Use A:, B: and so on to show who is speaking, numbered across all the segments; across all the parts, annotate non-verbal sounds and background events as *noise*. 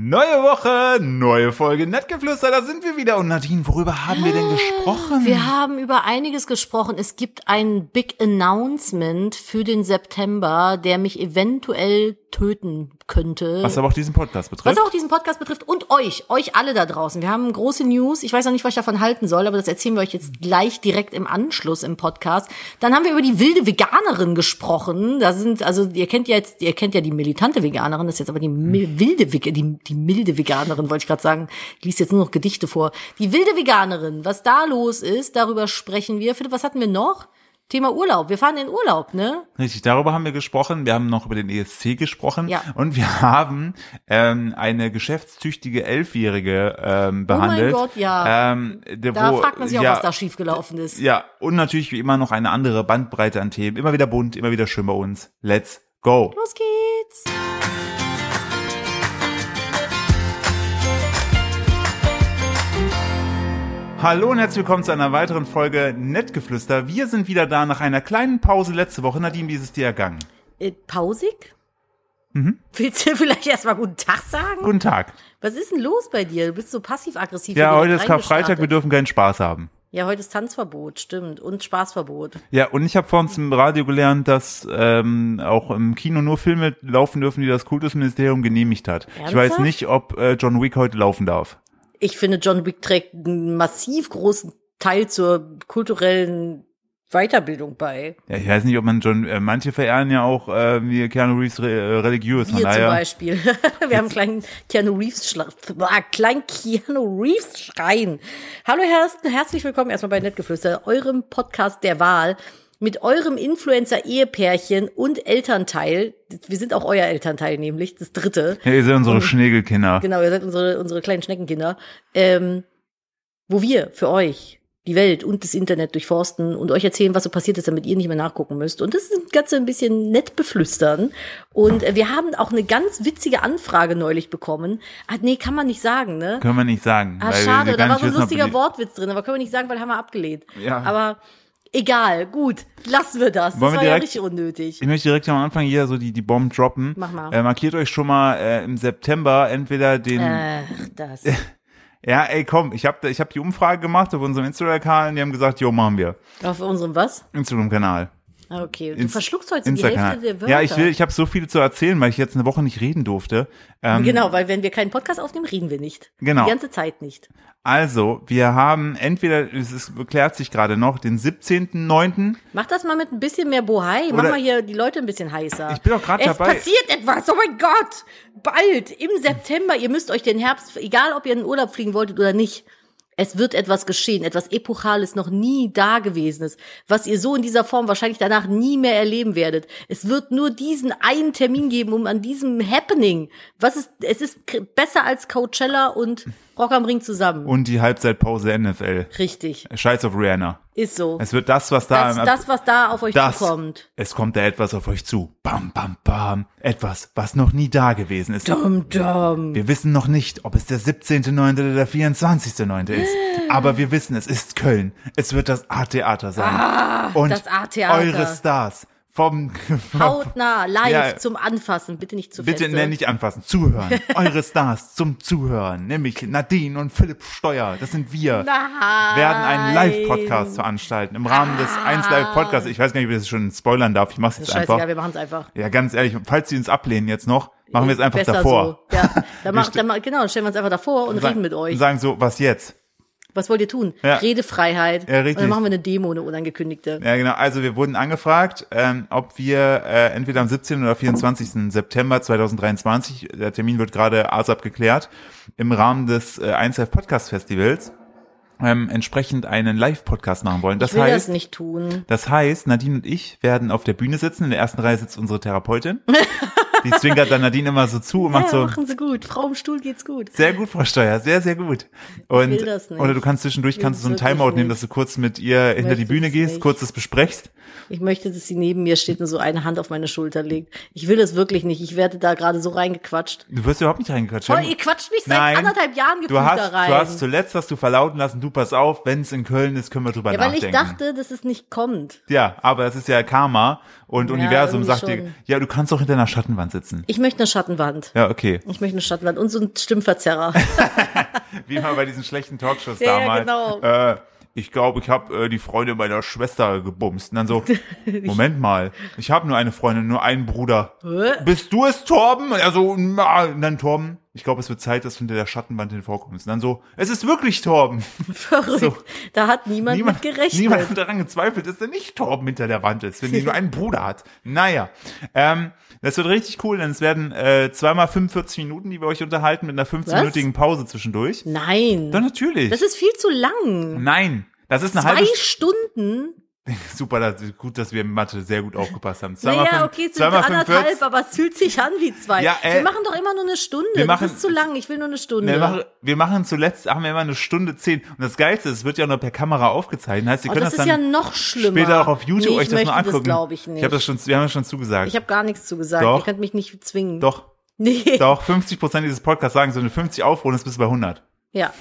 A: Neue Woche, neue Folge Nettgeflüster, da sind wir wieder. Und Nadine, worüber haben wir denn gesprochen?
B: Wir haben über einiges gesprochen. Es gibt ein Big Announcement für den September, der mich eventuell töten könnte.
A: Was aber auch diesen Podcast betrifft.
B: Was auch diesen Podcast betrifft und euch, euch alle da draußen. Wir haben große News. Ich weiß noch nicht, was ich davon halten soll, aber das erzählen wir euch jetzt gleich direkt im Anschluss im Podcast. Dann haben wir über die wilde Veganerin gesprochen. Da sind, also ihr kennt ja jetzt, ihr kennt ja die militante Veganerin, das ist jetzt aber die
A: Hm.
B: mi- wilde, Veg- die, die milde Veganerin, wollte ich gerade sagen. Die liest jetzt nur noch Gedichte vor. Die wilde Veganerin, was da los ist, darüber sprechen wir. Philipp, was hatten wir noch? Thema Urlaub. Wir fahren in Urlaub, ne?
A: Richtig, darüber haben wir gesprochen. Wir haben noch über den ESC gesprochen.
B: Ja.
A: Und wir *laughs* haben ähm, eine geschäftstüchtige Elfjährige ähm, behandelt.
B: Oh Gott, ja.
A: Ähm, der,
B: Da
A: wo,
B: fragt man sich auch,
A: ja,
B: was da schiefgelaufen ist.
A: Ja, und natürlich wie immer noch eine andere Bandbreite an Themen. Immer wieder bunt, immer wieder schön bei uns. Let's go.
B: Los geht's!
A: Hallo und herzlich willkommen zu einer weiteren Folge Nettgeflüster. Wir sind wieder da nach einer kleinen Pause letzte Woche. Nadine, wie ist es dir ergangen?
B: Äh, pausig?
A: Mhm.
B: Willst du vielleicht erstmal guten Tag sagen?
A: Guten Tag.
B: Was ist denn los bei dir? Du bist so passiv-aggressiv.
A: Ja,
B: hier
A: heute ist Karfreitag, wir
B: reingestartet.
A: dürfen keinen Spaß haben.
B: Ja, heute ist Tanzverbot, stimmt. Und Spaßverbot.
A: Ja, und ich habe vor uns im Radio gelernt, dass ähm, auch im Kino nur Filme laufen dürfen, die das Kultusministerium genehmigt hat. Ich weiß
B: Ernsthaft?
A: nicht, ob äh, John Wick heute laufen darf.
B: Ich finde, John Wick trägt einen massiv großen Teil zur kulturellen Weiterbildung bei.
A: Ja, ich weiß nicht, ob man John, äh, manche verehren ja auch äh, wie Keanu Reeves re, äh, religiös. Von
B: Wir zum
A: daher,
B: Beispiel. *laughs* Wir haben einen kleinen Keanu Reeves, Schla ah, kleinen Keanu Reeves Schrein. Hallo Hersten, herzlich willkommen erstmal bei Nettgeflüster, eurem Podcast der Wahl mit eurem Influencer-Ehepärchen und Elternteil. Wir sind auch euer Elternteil nämlich, das dritte.
A: ja, ihr seid
B: Hm.
A: unsere Schnegelkinder.
B: Genau, ihr seid unsere, unsere kleinen Schneckenkinder. Ähm, wo wir für euch die Welt und das Internet durchforsten und euch erzählen, was so passiert ist, damit ihr nicht mehr nachgucken müsst. Und das Ganze ein bisschen nett beflüstern. Und äh, wir haben auch eine ganz witzige Anfrage neulich bekommen. Ah, nee, kann man nicht sagen, ne?
A: Können wir nicht sagen.
B: Ah,
A: weil wir
B: schade,
A: gar
B: da war
A: nicht
B: so ein
A: wissen, ob
B: lustiger
A: die-
B: Wortwitz drin, aber können wir nicht sagen, weil haben wir abgelehnt.
A: Ja.
B: Aber egal, gut, lassen wir das.
A: Wollen wir
B: das war ja
A: direkt-
B: richtig unnötig.
A: Ich möchte direkt am Anfang hier so die, die Bomben droppen.
B: Mach mal. Äh,
A: Äh, markiert euch schon mal äh, im September entweder den.
B: Ach, das.
A: Ja, ey, komm, ich habe ich hab die Umfrage gemacht auf unserem Instagram-Kanal und die haben gesagt, jo, machen wir.
B: Auf unserem was?
A: Instagram-Kanal.
B: Ah, Okay, du
A: Inst-
B: verschluckst heute die
A: Insta-Kanal.
B: Hälfte der Wörter.
A: Ja, ich will, ich habe so viel zu erzählen, weil ich jetzt eine Woche nicht reden durfte. Ähm,
B: Genau, weil wenn wir keinen Podcast aufnehmen, reden wir nicht.
A: Genau.
B: Die ganze Zeit nicht.
A: also, wir haben entweder, es ist, klärt sich gerade noch, den 17.09.
B: Mach das mal mit ein bisschen mehr Bohai. Mach
A: Oder-
B: mal hier die Leute ein bisschen heißer.
A: Ich bin doch gerade dabei.
B: Es passiert etwas. Oh mein Gott. Bald im September. Ihr müsst euch den Herbst, egal ob ihr in den Urlaub fliegen wolltet oder nicht. Es wird etwas geschehen, etwas Epochales, noch nie dagewesenes, was ihr so in dieser Form wahrscheinlich danach nie mehr erleben werdet. Es wird nur diesen einen Termin geben, um an diesem Happening, was ist, es ist k- besser als Coachella und Rock am Ring zusammen.
A: und die Halbzeitpause NFL.
B: Richtig,
A: Scheiß auf Rihanna.
B: ist so.
A: Es wird das, was da
B: Das,
A: im
B: das, was da auf euch
A: das,
B: zukommt.
A: Es kommt da etwas auf euch zu. Bam, bam, bam. Etwas, was noch nie da gewesen ist.
B: Dum, dum.
A: Wir wissen noch nicht, ob es der 17.9. oder der 24.9. ist. Aber wir wissen, es ist Köln. Es wird das A-Theater sein. Und
B: Ah, das A-Theater.
A: eure Stars vom
B: Hautnah, live
A: Ja.
B: zum Anfassen, bitte nicht zu
A: Bitte
B: feste.
A: ne, nicht anfassen,
B: *laughs*
A: zuhören. Eure Stars zum Zuhören, nämlich Nadine und Philipp Steuer, das sind wir,
B: Nein. Ah.
A: werden einen Live-Podcast veranstalten im Rahmen des 1 Live-Podcasts. Ich weiß gar nicht, ob ich das schon spoilern darf, ich mach's jetzt einfach.
B: Scheißegal, wir machen es einfach.
A: Ja, ganz ehrlich, falls sie uns ablehnen jetzt noch, machen wir es einfach
B: Besser
A: davor. *laughs*
B: So. Ja, dann mach, dann mach, genau, dann stellen wir uns einfach davor und
A: Sa-
B: reden mit euch.
A: Sagen so, was jetzt?
B: Was wollt ihr tun?
A: Ja.
B: Redefreiheit.
A: Ja, richtig.
B: Und dann machen wir eine Demo, eine unangekündigte.
A: Ja, genau. Also wir wurden angefragt, ähm, ob wir äh, entweder am 17. oder 24. September 2023, der Termin wird gerade ASAP geklärt, im Rahmen des äh, 1Live Podcast Festivals ähm, entsprechend einen Live-Podcast machen wollen. Das
B: ich will das
A: heißt,
B: nicht tun.
A: das heißt, Nadine und ich werden auf der Bühne sitzen. In der ersten Reihe sitzt unsere
B: *laughs*
A: Therapeutin. Die zwinkert dann Nadine immer so zu und macht
B: Ja,
A: so,
B: machen sie gut. Frau im Stuhl geht's gut.
A: sehr gut, Frau Steuer, sehr, sehr gut. Und,
B: will das nicht.
A: Oder du kannst zwischendurch kannst du so einen
B: wirklich
A: Timeout nehmen,
B: nicht.
A: dass du kurz mit ihr hinter die
B: möchte
A: Bühne
B: das
A: gehst,
B: nicht.
A: kurz das besprechst.
B: Ich möchte, dass sie neben mir steht und so eine Hand auf meine Schulter legt. Ich will das wirklich nicht. Ich werde da gerade so reingequatscht.
A: Du wirst überhaupt nicht reingequatscht.
B: Voll, ihr quatscht mich seit
A: Nein.
B: anderthalb Jahren gefühlt
A: Du hast,
B: da rein.
A: du hast zuletzt hast du verlauten lassen, du pass auf, wenn es in Köln ist, können wir drüber
B: Ja, weil
A: nachdenken.
B: ich dachte, dass es nicht kommt.
A: ja, aber das ist ja Karma und Universum
B: irgendwie
A: sagt dir,
B: schon.
A: ja, du kannst doch hinter einer Schattenwand sitzen.
B: Ich möchte eine Schattenwand.
A: Ja, okay.
B: Ich möchte eine Schattenwand und so einen
A: *laughs*
B: Stimmverzerrer.
A: Wie mal bei diesen schlechten Talkshows
B: *laughs* Ja, ja,
A: damals.
B: genau.
A: Äh, ich glaube, ich habe äh, die Freundin meiner Schwester gebumst. Und dann
B: *laughs*
A: so, Moment mal, ich habe nur eine Freundin, nur einen Bruder.
B: Hä?
A: Bist du es, Torben? Und er so, na, und dann Torben, ich glaube, es wird Zeit, dass du hinter der Schattenwand hinvorkommst. Und dann so, es ist wirklich Torben.
B: Verrückt.
A: So.
B: Da hat niemand, mit gerechnet.
A: Niemand hat daran gezweifelt, dass er nicht Torben hinter der Wand ist, wenn er nur einen Bruder hat. Naja, ähm, das wird richtig cool, denn es werden äh, zweimal 45 Minuten, die wir euch unterhalten, mit einer 15-minütigen Pause zwischendurch.
B: Nein.
A: Dann natürlich.
B: das ist viel zu lang.
A: Nein, das ist eine
B: Zwei
A: halbe Stunde.
B: Stunden?
A: Super, das, gut, dass wir in Mathe sehr gut aufgepasst haben. Zweimal
B: Naja,
A: fünf-
B: okay, es sind
A: zweimal
B: anderthalb,
A: 45.
B: aber es fühlt sich an wie zwei.
A: Ja, äh,
B: wir machen doch immer nur eine Stunde.
A: wir machen-
B: das ist zu lang, ich will nur eine Stunde.
A: Wir machen, wir machen zuletzt, haben wir immer eine Stunde zehn. Und das Geilste, ist, es wird ja auch noch per Kamera aufgezeichnet. Heißt, ihr
B: oh,
A: könnt
B: das,
A: das,
B: ist ja
A: dann
B: noch schlimmer.
A: später auch auf YouTube
B: nee,
A: euch das
B: ich
A: mal
B: möchte
A: angucken.
B: Das glaube ich nicht.
A: Ich hab das schon, wir haben das schon zugesagt.
B: Ich hab gar nichts zu gesagt.
A: Doch.
B: Ihr könnt mich nicht zwingen.
A: Doch.
B: Nee.
A: Doch, 50 Prozent dieses Podcasts sagen, so eine 50 aufruhen, das bist du bei 100.
B: Ja.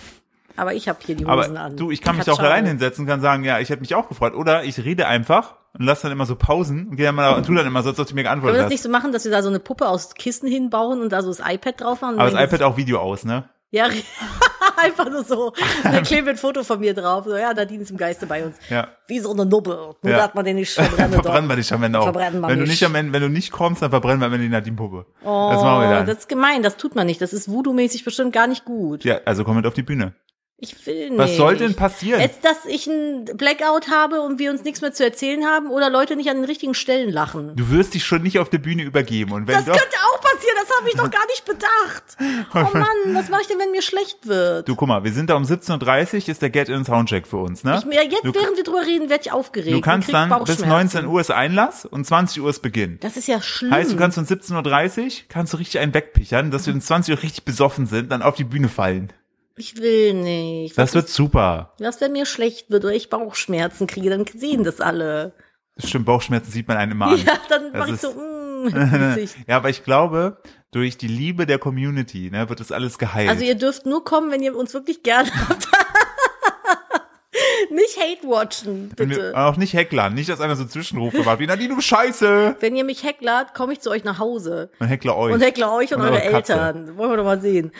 B: Aber ich habe hier die
A: Aber
B: Hosen an.
A: du, ich kann mich auch
B: Katschau.
A: allein hinsetzen, kann sagen, ja, ich hätte mich auch gefreut. Oder ich rede einfach und lass dann immer so Pausen und gehe dann mal und tu dann immer so, als ob du mir
B: Können
A: geantwortet
B: wir das
A: hast.
B: nicht so machen, dass wir da so eine Puppe aus Kissen hinbauen und da so das iPad drauf machen? und
A: Aber das
B: dann dieses-
A: iPad auch Video aus, ne?
B: Ja, *laughs* einfach nur so. Wir kleben ein Foto von mir drauf. So, ja, Nadine ist im Geiste bei uns.
A: Ja.
B: Wie so eine Nubbe. Nur
A: Ja.
B: hat man den nicht
A: *laughs*
B: verbrennen
A: verbrennen wir dich am Ende auch.
B: Verbrennen wir
A: wenn du
B: mich.
A: nicht am Ende, wenn du nicht kommst, dann verbrennen wir am Ende die Nadine-Puppe.
B: Oh,
A: das machen wir dann.
B: das ist gemein, das tut man nicht. Das ist voodoo-mäßig bestimmt gar nicht gut.
A: ja, also komm mit auf die Bühne.
B: Ich will nicht.
A: Was soll denn passieren?
B: Jetzt, dass ich einen Blackout habe und wir uns nichts mehr zu erzählen haben oder Leute nicht an den richtigen Stellen lachen.
A: Du wirst dich schon nicht auf der Bühne übergeben. Und wenn
B: Das
A: doch,
B: könnte auch passieren, das habe
A: *laughs*
B: ich doch gar nicht bedacht. Oh Mann, was mache ich denn, wenn mir schlecht wird?
A: du guck mal, wir sind da um 17.30 Uhr, ist der Get-In-Soundcheck für uns, ne?
B: ich, ja, jetzt,
A: du,
B: während wir drüber reden, werde ich aufgeregt.
A: du
B: und
A: kannst
B: krieg
A: dann bis
B: Bauchschmerzen.
A: 19 Uhr ist Einlass und 20 Uhr ist Beginn.
B: Das ist ja schlimm.
A: Heißt, du kannst um 17.30 Uhr, kannst du richtig einen wegpichern, dass wir um 20 Uhr richtig besoffen sind, dann auf die Bühne fallen.
B: ich will nicht.
A: Das wird super.
B: Was, wenn mir schlecht wird oder ich Bauchschmerzen kriege, dann sehen das alle.
A: Stimmt, Bauchschmerzen sieht man einem immer an.
B: *laughs* Ja, dann
A: Das
B: mache ich
A: ist-
B: so,
A: *laughs*
B: mm, Gesicht.
A: Ja, aber ich glaube, durch die Liebe der Community ne, wird das alles geheilt.
B: Also ihr dürft nur kommen, wenn ihr uns wirklich gerne *laughs* habt. Nicht hate-watchen,
A: Und
B: bitte.
A: Wir, auch nicht hecklern, nicht, dass einer so Zwischenrufe macht wie Nadine, du Scheiße!
B: Wenn ihr mich hecklert, komme ich zu euch nach Hause.
A: Und heckler euch.
B: Und heckle euch und,
A: Und
B: eure
A: eure Katze.
B: Eltern. Wollen wir doch mal sehen.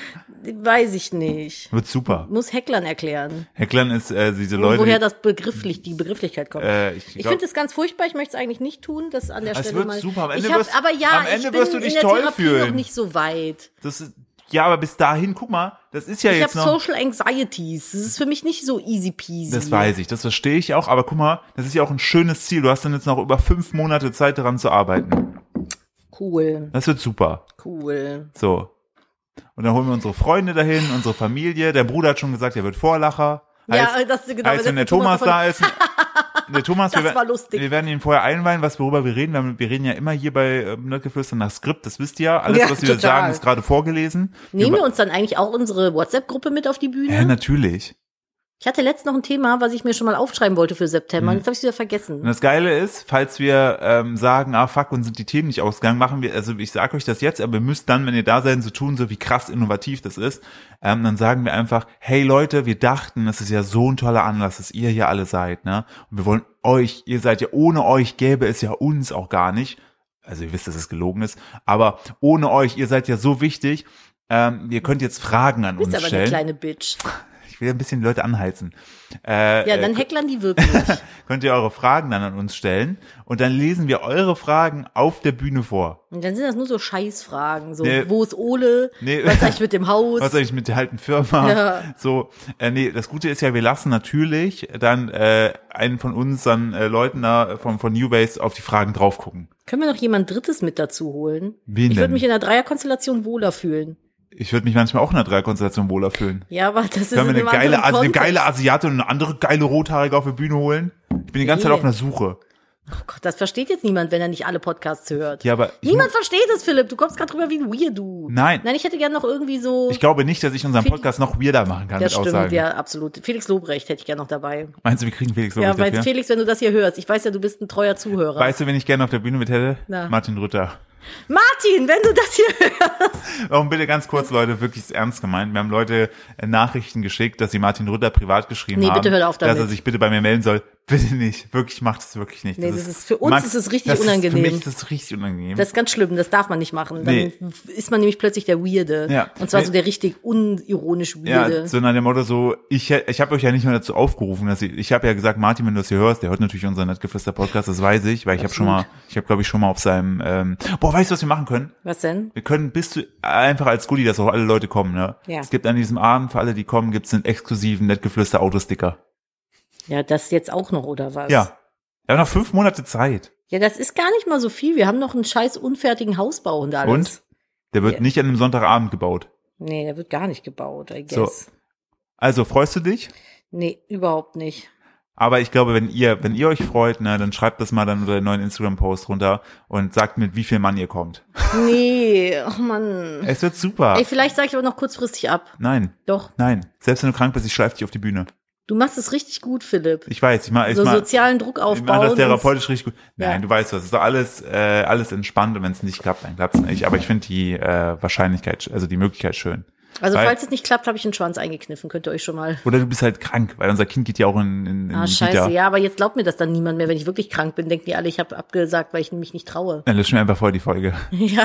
B: Weiß ich nicht.
A: wird super.
B: Muss Hecklern erklären,
A: Hecklern ist äh, diese Leute.
B: woher
A: die,
B: das begrifflich, die Begrifflichkeit kommt.
A: äh, ich
B: ich
A: glaub,
B: finde es ganz furchtbar, ich möchte es eigentlich nicht tun, das an der
A: Es
B: Stelle
A: wird
B: mal.
A: super, am Ende
B: ich hab,
A: wirst-
B: aber ja,
A: am Ende
B: ich bin
A: wirst du dich
B: in der
A: toll
B: Therapie
A: fühlen.
B: noch nicht so weit.
A: das ist, ja, aber bis dahin, guck mal, das ist ja
B: Ich habe
A: jetzt noch.
B: Social Anxieties. Das ist für mich nicht so easy peasy.
A: Das weiß ich, das verstehe ich auch, aber guck mal, das ist ja auch ein schönes Ziel. Du hast dann jetzt noch über fünf Monate Zeit daran zu arbeiten.
B: Cool,
A: Das wird super.
B: cool.
A: So. Und dann holen wir unsere Freunde dahin, unsere Familie. Der Bruder hat schon gesagt, er wird Vorlacher.
B: Ja, das- genau,
A: heißt, wenn
B: das
A: der
B: ist
A: Thomas
B: Thomas
A: da ist. Der Thomas,
B: *laughs* Das
A: wir, wer-
B: war lustig.
A: wir werden ihn vorher einweihen, was worüber wir reden. weil Wir reden ja immer hier bei äh, Nerdgeflüster nach Skript, das wisst ihr ja. Alles,
B: Ja,
A: was wir
B: total.
A: sagen, ist gerade vorgelesen.
B: Nehmen
A: Über-
B: wir uns dann eigentlich auch unsere WhatsApp-Gruppe mit auf die Bühne?
A: Ja, natürlich.
B: Ich hatte letztens noch ein Thema, was ich mir schon mal aufschreiben wollte für
A: Hm.
B: September. Und jetzt habe ich es wieder vergessen.
A: Und das Geile ist, falls wir ähm, sagen, ah fuck, uns sind die Themen nicht ausgegangen, machen wir, also ich sag euch das jetzt, aber ihr müsst dann, wenn ihr da seid, so tun, so wie krass innovativ das ist, ähm, dann sagen wir einfach, hey Leute, wir dachten, das ist ja so ein toller Anlass, dass ihr hier alle seid, ne? Und wir wollen euch, ihr seid ja, ohne euch gäbe es ja uns auch gar nicht. Also ihr wisst, dass es gelogen ist, aber ohne euch, ihr seid ja so wichtig, ähm, ihr könnt jetzt Fragen an
B: Du bist
A: uns
B: aber eine
A: stellen.
B: kleine Bitch.
A: Ich will ein bisschen die Leute anheizen. Äh,
B: Ja,
A: äh,
B: dann hecklern
A: *laughs*
B: die wirklich.
A: könnt ihr eure Fragen dann an uns stellen und dann lesen wir eure Fragen auf der Bühne vor.
B: Und dann sind das nur so Scheißfragen. So,
A: Nee.
B: wo ist Ole?
A: Nee.
B: Was ist
A: *laughs*
B: eigentlich mit dem Haus?
A: Was soll ich mit der alten Firma?
B: Ja.
A: So, äh, nee, das Gute ist ja, wir lassen natürlich dann äh, einen von uns, dann äh, Leuten da von, von Newbase auf die Fragen drauf gucken.
B: Können wir noch jemand Drittes mit dazu holen?
A: Wen
B: ich
A: denn?
B: würde mich in der Dreierkonstellation wohler fühlen.
A: Ich würde mich manchmal auch in einer Dreikonstellation wohler fühlen.
B: Ja, aber das ist
A: Können wir
B: in
A: eine
B: einem
A: geile,
B: anderen
A: Asi- eine
B: Kontext.
A: geile Asiatin und eine andere geile Rothaarige auf die Bühne holen? Ich bin die ganze Zeit
B: Nee.
A: auf einer Suche.
B: Oh Gott, das versteht jetzt niemand, wenn er nicht alle Podcasts hört.
A: Ja, aber ich,
B: Niemand versteht es, Philipp. Du kommst gerade drüber wie ein Weirdo.
A: Nein.
B: Nein, ich hätte gern noch irgendwie so.
A: ich glaube nicht, dass ich unseren
B: Felix-
A: Podcast noch weirder machen kann
B: ja,
A: mit
B: stimmt,
A: Aussagen.
B: ja, absolut. Felix Lobrecht hätte ich gern noch dabei.
A: Meinst du, wir kriegen Felix Lobrecht
B: ja, weil
A: dafür?
B: Felix, wenn du das hier hörst, ich weiß ja, du bist ein treuer Zuhörer.
A: Weißt du, wen ich gerne auf der Bühne mit hätte?
B: Na.
A: Martin Rütter.
B: Martin, wenn du das hier hörst.
A: Warum bitte ganz kurz, Leute, wirklich ist ernst gemeint. Wir haben Leute äh, Nachrichten geschickt, dass sie Martin Rütter privat geschrieben
B: Nee,
A: haben,
B: bitte hört auf damit.
A: dass er sich bitte bei mir melden soll. Bitte nicht. Wirklich, macht es wirklich nicht.
B: Nee, das ist- für uns ist es richtig unangenehm.
A: Ist, für mich ist es richtig unangenehm.
B: Das ist ganz schlimm, das darf man nicht machen. Dann
A: Nee.
B: ist man nämlich plötzlich der Weirde.
A: Ja.
B: Und zwar so
A: Nee.
B: der richtig unironisch Weirde.
A: ja, so nach dem Motto so, ich, hä- ich habe euch ja nicht mal dazu aufgerufen, dass ich, ich habe ja gesagt, Martin, wenn du das hier hörst, der hört natürlich unseren Nettgeflüster-Podcast, das weiß ich, weil ich habe schon mal, ich habe glaube ich schon mal auf seinem, ähm, boah, weißt du, was wir machen können?
B: Was denn?
A: Wir können bis zu, einfach als Goodie, dass auch alle Leute kommen, ne?
B: Ja.
A: Es gibt an diesem Abend, für alle, die kommen, gibt es einen exklusiven Nettgeflüster-Autosticker.
B: Ja, das jetzt auch noch, oder was?
A: Ja. Wir haben noch fünf Monate Zeit.
B: Ja, das ist gar nicht mal so viel. Wir haben noch einen scheiß unfertigen Hausbau und alles.
A: Und? Der wird
B: Ja.
A: nicht an einem Sonntagabend gebaut.
B: Nee, der wird gar nicht gebaut, I
A: So.
B: guess.
A: Also freust du dich?
B: Nee, überhaupt nicht.
A: Aber ich glaube, wenn ihr, wenn ihr euch freut, ne, dann schreibt das mal dann unter den neuen Instagram-Post runter und sagt, mit wie viel Mann ihr kommt.
B: Nee, oh Mann.
A: Es wird super.
B: Ey, vielleicht sage ich aber noch kurzfristig ab.
A: Nein,
B: Doch.
A: nein. Selbst wenn du krank bist, ich schleife dich auf die Bühne.
B: Du machst es richtig gut, Philipp.
A: Ich weiß, ich mache ich
B: so
A: mach,
B: sozialen Druck
A: ich mach
B: aufbauen.
A: das
B: und-
A: therapeutisch richtig gut. Nein,
B: Ja.
A: du weißt was, es ist doch alles, äh, alles entspannt und wenn es nicht klappt, dann klappt es nicht. Aber ich finde die äh, Wahrscheinlichkeit, also die Möglichkeit schön.
B: Also
A: weil-
B: falls es nicht klappt, habe ich einen Schwanz eingekniffen. Könnt ihr euch schon mal.
A: Oder du bist halt krank, weil unser Kind geht ja auch in, in, in
B: Ah,
A: die
B: scheiße.
A: Kita.
B: Ja, aber jetzt glaubt mir das dann niemand mehr. Wenn ich wirklich krank bin, denken die alle, ich habe abgesagt, weil ich mich nicht traue. *laughs*
A: Dann löschen wir einfach vor die Folge.
B: ja,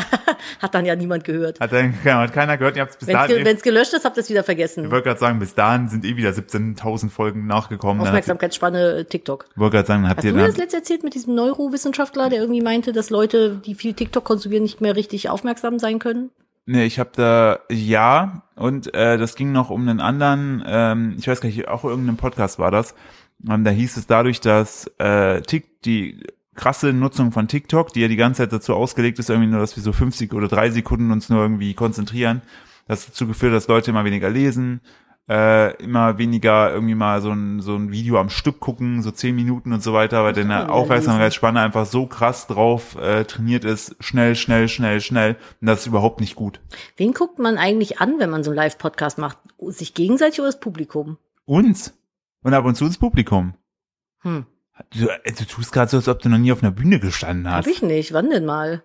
B: hat dann ja niemand gehört.
A: Hat, dann, hat keiner gehört, ihr habt es bis
B: Wenn es
A: dahin.
B: ge
A: eh-
B: wenn's gelöscht ist, habt ihr es wieder
A: Ich
B: vergessen.
A: wollte gerade sagen, bis dahin sind eh wieder 17.000 Folgen nachgekommen. Dann habt ihr-
B: Aufmerksamkeitsspanne äh, TikTok.
A: Ich wollte gerade sagen, dann habt
B: Hast
A: ihr
B: du mir das
A: dann,
B: letzte erzählt mit diesem Neurowissenschaftler, der irgendwie meinte, dass Leute, die viel TikTok konsumieren, nicht mehr richtig aufmerksam sein können?
A: nee, ich habe da ja und äh, das ging noch um einen anderen, ähm, ich weiß gar nicht, auch irgendein Podcast war das. Ähm, da hieß es dadurch, dass äh, Tik die krasse Nutzung von TikTok, die ja die ganze Zeit dazu ausgelegt ist, irgendwie nur, dass wir so 50 oder drei Sekunden uns nur irgendwie konzentrieren, das hat dazu geführt, dass Leute immer weniger lesen, äh, immer weniger irgendwie mal so ein, so ein Video am Stück gucken, so zehn Minuten und so weiter, weil
B: kann
A: deine
B: man ja lesen.
A: Aufmerksamkeitsspanne einfach so krass drauf äh, trainiert ist, schnell, schnell, schnell, schnell. Und das ist überhaupt nicht gut.
B: Wen guckt man eigentlich an, wenn man so einen Live-Podcast macht? Sich gegenseitig oder das Publikum?
A: Uns und ab und zu ins Publikum.
B: Hm.
A: Du, äh, du tust gerade so, als ob du noch nie auf einer Bühne gestanden hast.
B: Hab ich nicht. Wann denn mal?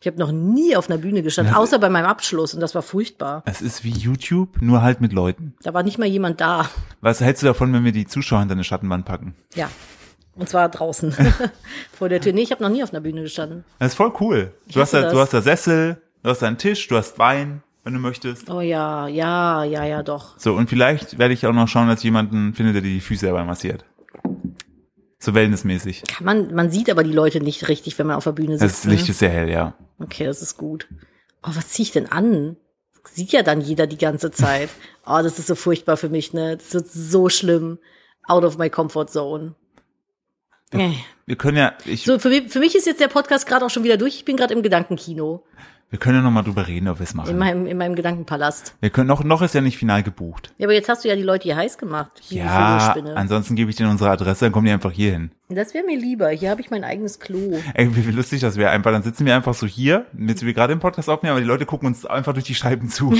B: Ich habe noch nie auf einer Bühne gestanden,
A: Das-
B: außer bei meinem Abschluss und das war furchtbar.
A: Es ist wie YouTube, nur halt mit Leuten.
B: Da war nicht mal jemand da.
A: Was hältst du davon, wenn wir die Zuschauer hinter eine Schattenwand packen?
B: Ja. Und zwar draußen *laughs* vor der Tür. Nee, ich habe noch nie auf einer Bühne gestanden.
A: Das ist voll cool. Du hast,
B: hasse
A: da, du
B: das.
A: hast da Sessel, du hast da einen Tisch, du hast Wein, wenn du möchtest.
B: Oh ja, ja, ja, ja, doch.
A: So, und vielleicht werde ich auch noch schauen, dass ich jemanden finde, der dir die Füße dabei massiert. So wellnessmäßig.
B: Kann man, man sieht aber die Leute nicht richtig, wenn man auf der Bühne sitzt.
A: Das Licht
B: ne?
A: ist sehr hell, ja.
B: Okay, das ist gut. Oh, was zieh ich denn an? Das sieht ja dann jeder die ganze Zeit. Oh, das ist so furchtbar für mich, ne? Das wird so schlimm. Out of my comfort zone. Nee.
A: Wir können ja, ich,
B: So, für mich, für mich ist jetzt der Podcast gerade auch schon wieder durch. Ich bin gerade im Gedankenkino,
A: wir können ja noch mal drüber reden, ob wir es
B: in
A: machen.
B: meinem, in meinem Gedankenpalast.
A: Wir können noch, noch ist ja nicht final gebucht.
B: Ja, aber jetzt hast du ja die Leute hier heiß gemacht. wie die
A: Ja,
B: Vogelspinne.
A: ansonsten gebe ich dir unsere Adresse, dann kommen die einfach hier hin.
B: Das wäre mir lieber. Hier habe ich mein eigenes Klo.
A: Ey, wie wie lustig das wäre einfach. Dann sitzen wir einfach so hier, jetzt wir gerade den Podcast aufnehmen, aber die Leute gucken uns einfach durch die Scheiben
B: *laughs*
A: zu.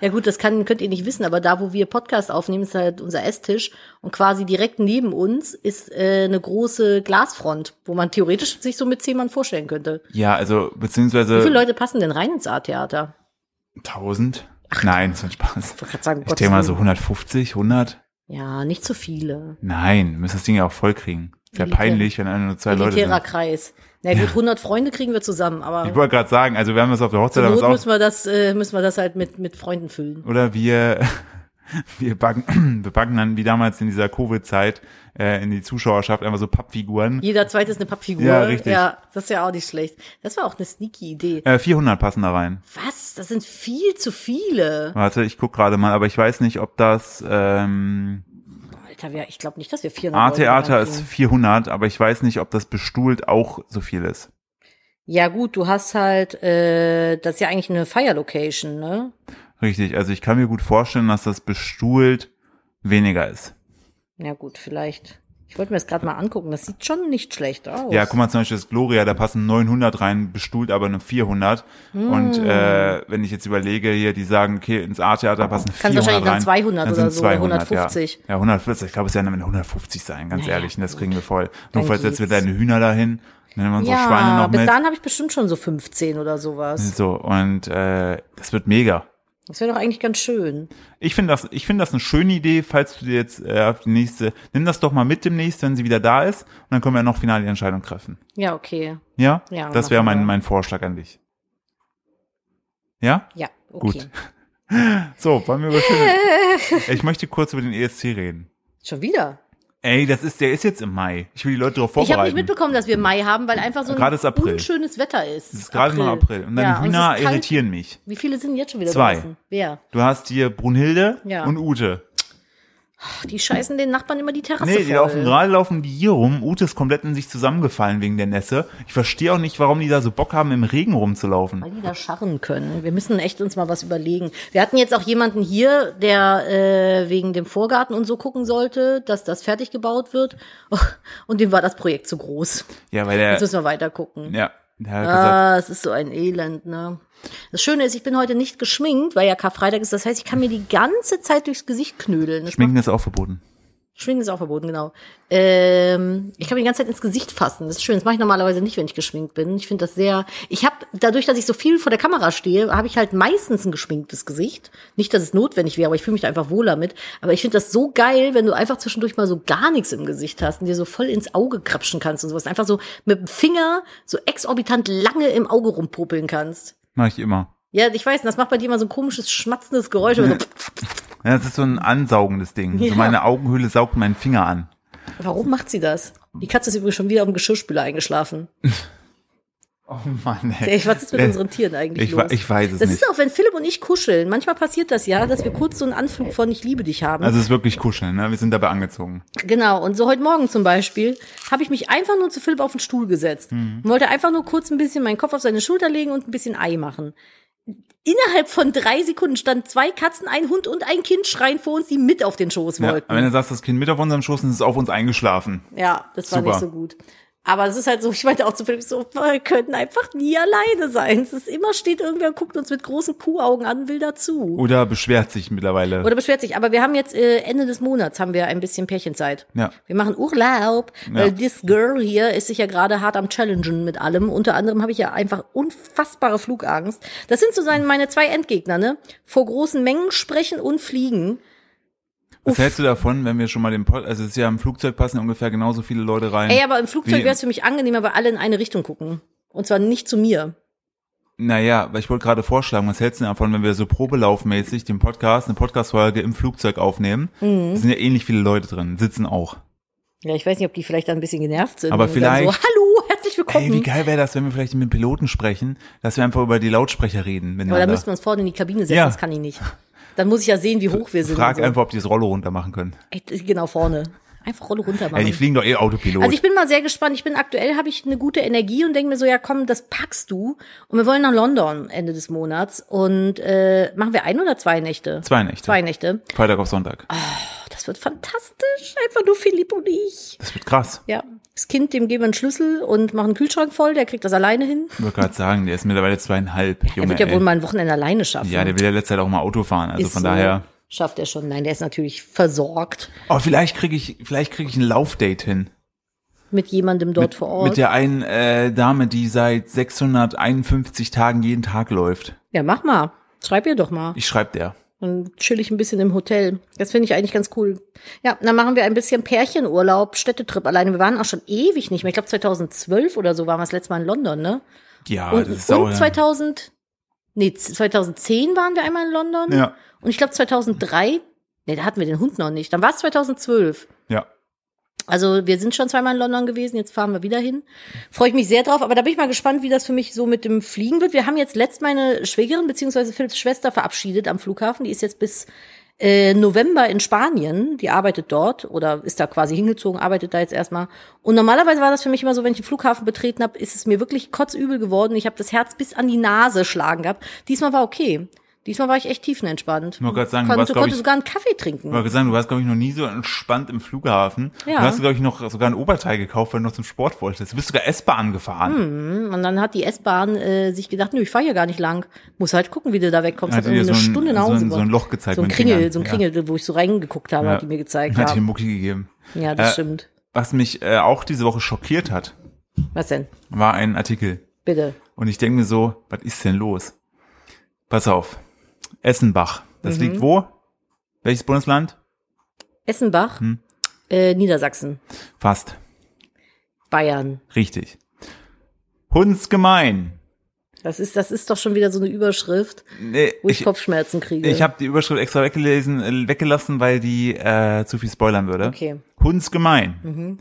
B: Ja gut, das kann, könnt ihr nicht wissen, aber da, wo wir Podcast aufnehmen, ist halt unser Esstisch und quasi direkt neben uns ist äh, eine große Glasfront, wo man theoretisch sich so mit zehn Mann vorstellen könnte.
A: ja, also,
B: Wie viele
A: beziehungsweise
B: Leute passen denn rein ins A-Theater?
A: 1000. Nein, das war ein Spaß.
B: Ich wollte gerade sagen,
A: Ich denke mal so
B: um Willen.
A: 150, 100.
B: Ja, nicht so viele.
A: Nein, wir müssen das Ding ja auch voll kriegen. Ist ja
B: Elitär-
A: peinlich, wenn einer nur zwei Leute
B: Elitärer
A: sind.
B: Kreis. Na gut, 100 Freunde kriegen wir zusammen,
A: Ich
B: aber
A: wollte gerade sagen, also wir haben das auf der
B: zur
A: Hochzeit
B: Not
A: damals
B: müssen wir, das, äh, müssen wir das halt mit, mit Freunden füllen.
A: auch. Oder wir, *laughs* wir backen, *clears throat* wir backen dann wie damals in dieser Covid-Zeit äh, in die Zuschauerschaft einfach so Pappfiguren.
B: Jeder zweite ist eine Pappfigur.
A: Ja, richtig.
B: Ja, das ist ja auch nicht schlecht. Das war auch eine sneaky Idee.
A: Äh, 400 passen da rein.
B: Was? Das sind viel zu viele.
A: Warte, ich guck gerade mal, aber ich weiß nicht, ob das ähm,
B: Alter, wir, ich glaube nicht, dass wir 400 Leute
A: A-Theater Ah, ist
B: reingehen.
A: 400, aber ich weiß nicht, ob das bestuhlt auch so viel ist.
B: Ja gut, du hast halt, äh, das ist ja eigentlich eine Fire-Location, ne?
A: Richtig, also ich kann mir gut vorstellen, dass das bestuhlt weniger ist.
B: Ja gut, vielleicht. Ich wollte mir das gerade mal angucken. Das sieht schon nicht schlecht aus.
A: Ja, guck mal zum Beispiel das Gloria, da passen 900 rein, bestuhlt aber nur 400. Und
B: Hm.
A: äh, wenn ich jetzt überlege hier, die sagen, okay, ins A-Theater passen 400
B: Kannst wahrscheinlich dann
A: rein,
B: 200 oder
A: sind
B: so, 150.
A: Ja. ja, 140, ich glaube, es werden dann 150 sein, ganz
B: Naja,
A: ehrlich. Und das
B: gut.
A: kriegen wir voll.
B: Dann
A: Notfalls setzen wir
B: geht's.
A: deine Hühner dahin, nehmen wir unsere
B: ja,
A: Schweine noch mit.
B: bis
A: Hm.
B: dahin habe ich bestimmt schon so 15 oder sowas.
A: So, und äh, das wird mega.
B: Das wäre doch eigentlich ganz schön.
A: Ich finde das, ich finde das eine schöne Idee, falls du dir jetzt äh, auf die nächste, nimm das doch mal mit demnächst, wenn sie wieder da ist, und dann können wir noch final die Entscheidung treffen.
B: Ja, okay.
A: Ja?
B: Ja,
A: Das wäre
B: machen wir.
A: mein, mein Vorschlag an dich. Ja?
B: Ja, okay.
A: Gut. So, wollen wir
B: *laughs*
A: über schöne. ich möchte kurz über den ESC reden.
B: Schon wieder.
A: Ey, das ist, der ist jetzt im Mai. Ich will die Leute darauf
B: Ich habe nicht
A: vorbereiten.
B: mitbekommen, dass wir Mai haben, weil einfach so ein
A: Gerade ist April.
B: unschönes Wetter ist.
A: es ist gerade noch April. Und deine
B: Ja, es
A: Hühner
B: ist kalt.
A: irritieren mich.
B: Wie viele sind jetzt schon wieder
A: Zwei.
B: draußen? Wer?
A: Du hast hier Brunhilde
B: Ja.
A: und Ute.
B: Ach, die scheißen den Nachbarn immer die Terrasse
A: Nee, die
B: voll.
A: laufen gerade laufen die hier rum. Ute ist komplett in sich zusammengefallen wegen der Nässe. Ich verstehe auch nicht, warum die da so Bock haben, im Regen rumzulaufen.
B: Weil die da scharren können. Wir müssen echt uns mal was überlegen. Wir hatten jetzt auch jemanden hier, der äh, wegen dem Vorgarten und so gucken sollte, dass das fertig gebaut wird. *laughs* Und dem war das Projekt zu groß.
A: Ja, weil der.
B: Jetzt müssen wir weiter gucken.
A: Äh. Ja, der hat gesagt,
B: Ah, es ist so ein Elend, ne? Das Schöne ist, ich bin heute nicht geschminkt, weil ja Karfreitag ist. Das heißt, ich kann mir die ganze Zeit durchs Gesicht knödeln. Das
A: Schminken ist auch verboten.
B: Schwingen ist auch verboten, genau. Ähm, ich kann mir die ganze Zeit ins Gesicht fassen. Das ist schön. Das mache ich normalerweise nicht, wenn ich geschminkt bin. Ich finde das sehr. Ich habe dadurch, dass ich so viel vor der Kamera stehe, habe ich halt meistens ein geschminktes Gesicht. Nicht, dass es notwendig wäre, aber ich fühle mich da einfach wohler mit. Aber ich finde das so geil, wenn du einfach zwischendurch mal so gar nichts im Gesicht hast und dir so voll ins Auge krapschen kannst und sowas. Einfach so mit dem Finger so exorbitant lange im Auge rumpopeln kannst.
A: Mach ich immer.
B: Ja, ich weiß, das macht bei dir immer so ein komisches, schmatzendes Geräusch. aber So,
A: Ja, das ist so ein ansaugendes Ding.
B: Ja.
A: So meine Augenhöhle saugt meinen Finger an.
B: warum macht sie das? Die Katze ist übrigens schon wieder auf dem Geschirrspüler eingeschlafen.
A: Oh Mann,
B: Ja,
A: ey.
B: Ich, was ist mit
A: Äh,
B: unseren Tieren eigentlich
A: ich
B: los?
A: wa- ich weiß es
B: das
A: nicht.
B: ist auch, wenn Philipp und ich kuscheln. Manchmal passiert das ja, dass wir kurz so einen Anflug von Ich liebe dich haben.
A: Also es ist wirklich kuscheln, ne? Wir sind dabei angezogen.
B: genau. Und so heute Morgen zum Beispiel habe ich mich einfach nur zu Philipp auf den Stuhl gesetzt
A: Mhm.
B: und wollte einfach nur kurz ein bisschen meinen Kopf auf seine Schulter legen und ein bisschen Ei machen. Innerhalb von drei Sekunden standen zwei Katzen, ein Hund und ein Kind schreien vor uns, die mit auf den Schoß
A: Ja,
B: wollten.
A: am Ende saß das Kind mit auf unserem Schoß und es ist auf uns eingeschlafen.
B: Ja, das war
A: Super.
B: nicht so gut. Aber es ist halt so, ich meinte auch zu Philipp so, wir könnten einfach nie alleine sein. Es ist immer steht irgendwer und guckt uns mit großen Kuhaugen an, will dazu.
A: Oder beschwert sich mittlerweile.
B: Oder beschwert sich. Aber wir haben jetzt äh, Ende des Monats haben wir ein bisschen Pärchenzeit.
A: Ja.
B: Wir machen Urlaub, weil this girl hier ist sich ja gerade hart am Challengen mit allem. Unter anderem habe ich ja einfach unfassbare Flugangst. Das sind so
A: Hm.
B: sein- meine zwei Endgegner, ne? Vor großen Mengen sprechen und fliegen.
A: Was hältst du davon, wenn wir schon mal den Pod, also es ist ja im Flugzeug passen ungefähr genauso viele Leute rein.
B: Ey, aber im Flugzeug
A: Wie-
B: wäre es für mich angenehmer, weil alle in eine Richtung gucken. Und zwar nicht zu mir.
A: Naja, weil ich wollte gerade vorschlagen, was hältst du davon, wenn wir so probelaufmäßig den Podcast, eine Podcast-Folge im Flugzeug aufnehmen?
B: Mhm.
A: Da sind ja ähnlich viele Leute drin, sitzen auch.
B: Ja, ich weiß nicht, ob die vielleicht da ein bisschen genervt sind.
A: Aber
B: und dann
A: vielleicht-
B: So, Hallo, herzlich
A: Ey, wie
B: willkommen.
A: geil wäre das, wenn wir vielleicht mit dem Piloten sprechen, dass wir einfach über die Lautsprecher reden
B: aber da
A: miteinander.
B: müssten wir uns vorne in die Kabine setzen,
A: Ja.
B: das kann ich nicht. Dann muss ich ja sehen, wie hoch wir sind.
A: Frag also
B: und so.
A: einfach, ob die das Rollo runter machen können.
B: Ey, Genau vorne. Einfach Rolle runter
A: Ey,
B: machen.
A: die fliegen doch eh Autopilot.
B: also ich bin mal sehr gespannt. Ich bin aktuell habe ich eine gute Energie und denke mir so, ja komm, das packst du. Und wir wollen nach London Ende des Monats und äh, machen wir ein oder zwei Nächte?
A: Zwei Nächte.
B: Zwei Nächte.
A: Freitag auf Sonntag.
B: Oh, das wird fantastisch. Einfach nur Philipp und ich.
A: Das wird krass.
B: Ja, das Kind, dem geben wir einen Schlüssel und machen einen Kühlschrank voll. Der kriegt das alleine hin.
A: Ich wollte gerade sagen, der ist mittlerweile zweieinhalb.
B: Er
A: Junge,
B: wird ja
A: ey.
B: wohl mal ein Wochenende alleine schaffen.
A: ja, der will ja letzte Zeit auch mal Auto fahren. Also
B: Ist
A: von
B: so.
A: daher.
B: Schafft er schon. Nein, der ist natürlich versorgt
A: Oh, vielleicht kriege ich, vielleicht kriege ich ein Laufdate hin.
B: mit jemandem dort vor Ort.
A: Mit der einen äh, Dame, die seit 651 Tagen jeden Tag läuft.
B: ja, mach mal. Schreib ihr doch mal.
A: Ich schreib der.
B: Dann chill ich ein bisschen im Hotel. Das finde ich eigentlich ganz cool. Ja, dann machen wir ein bisschen Pärchenurlaub, Städtetrip alleine. Wir waren auch schon ewig nicht mehr. Ich glaube 2012 oder so waren wir das letzte Mal in London, ne?
A: Ja,
B: und
A: Ah, das ist sauer.
B: und 2000, nee, 2010 waren wir einmal in London.
A: Ja.
B: Und ich glaube 2003, nee, da hatten wir den Hund noch nicht. Dann war es 2012.
A: Ja.
B: Also wir sind schon zweimal in London gewesen, jetzt fahren wir wieder hin. Freue ich mich sehr drauf, aber da bin ich mal gespannt, wie das für mich so mit dem Fliegen wird. Wir haben jetzt letzt meine Schwägerin bzw. Philipps Schwester verabschiedet am Flughafen. Die ist jetzt bis äh, November in Spanien. Die arbeitet dort oder ist da quasi hingezogen, arbeitet da jetzt erstmal. Und normalerweise war das für mich immer so, wenn ich den Flughafen betreten habe, ist es mir wirklich kotzübel geworden. Ich habe das Herz bis an die Nase schlagen gehabt. Diesmal war okay. Diesmal war ich echt tiefenentspannt. Ich
A: wollte gerade sagen, du warst,
B: konnte,
A: glaub
B: konnte
A: ich-
B: sogar einen Kaffee
A: Ich wollte
B: trinken.
A: sagen, du warst, glaube ich, noch nie so entspannt im Flughafen.
B: Ja.
A: Du hast, glaube ich, noch sogar ein Oberteil gekauft, weil du noch zum Sport wolltest. Du bist sogar S-Bahn gefahren.
B: Und dann hat die S-Bahn äh, sich gedacht, nö, ich fahre hier gar nicht lang. Muss halt gucken, wie du da wegkommst.
A: Hat
B: Hat
A: die dir
B: irgendwie eine
A: so ein-
B: Stunde nach
A: so
B: Hause
A: ein- so ein
B: gebracht.
A: Loch gezeigt
B: So ein
A: mit den Fingern,
B: Kringel, so ein
A: ja.
B: Kringel, wo ich so reingeguckt habe,
A: Ja.
B: hat die mir gezeigt.
A: Hat
B: Ja,
A: dir Mucki gegeben.
B: ja das
A: Äh,
B: stimmt.
A: Was mich äh, auch diese Woche schockiert hat,
B: Was denn?
A: war ein Artikel.
B: Bitte.
A: Und ich denke mir so, was ist denn los? Pass auf. Essenbach. Das
B: Mhm.
A: liegt wo? Welches Bundesland?
B: Essenbach,
A: Hm.
B: äh, Niedersachsen,
A: Fast.
B: Bayern.
A: Richtig. Hundsgemein.
B: Das ist, das ist doch schon wieder so eine Überschrift,
A: Nee,
B: wo ich,
A: ich
B: Kopfschmerzen kriege.
A: ich habe die Überschrift extra weggelesen, äh, weggelassen, weil die äh, zu viel spoilern würde.
B: Okay. Mhm.
A: Hundsgemein.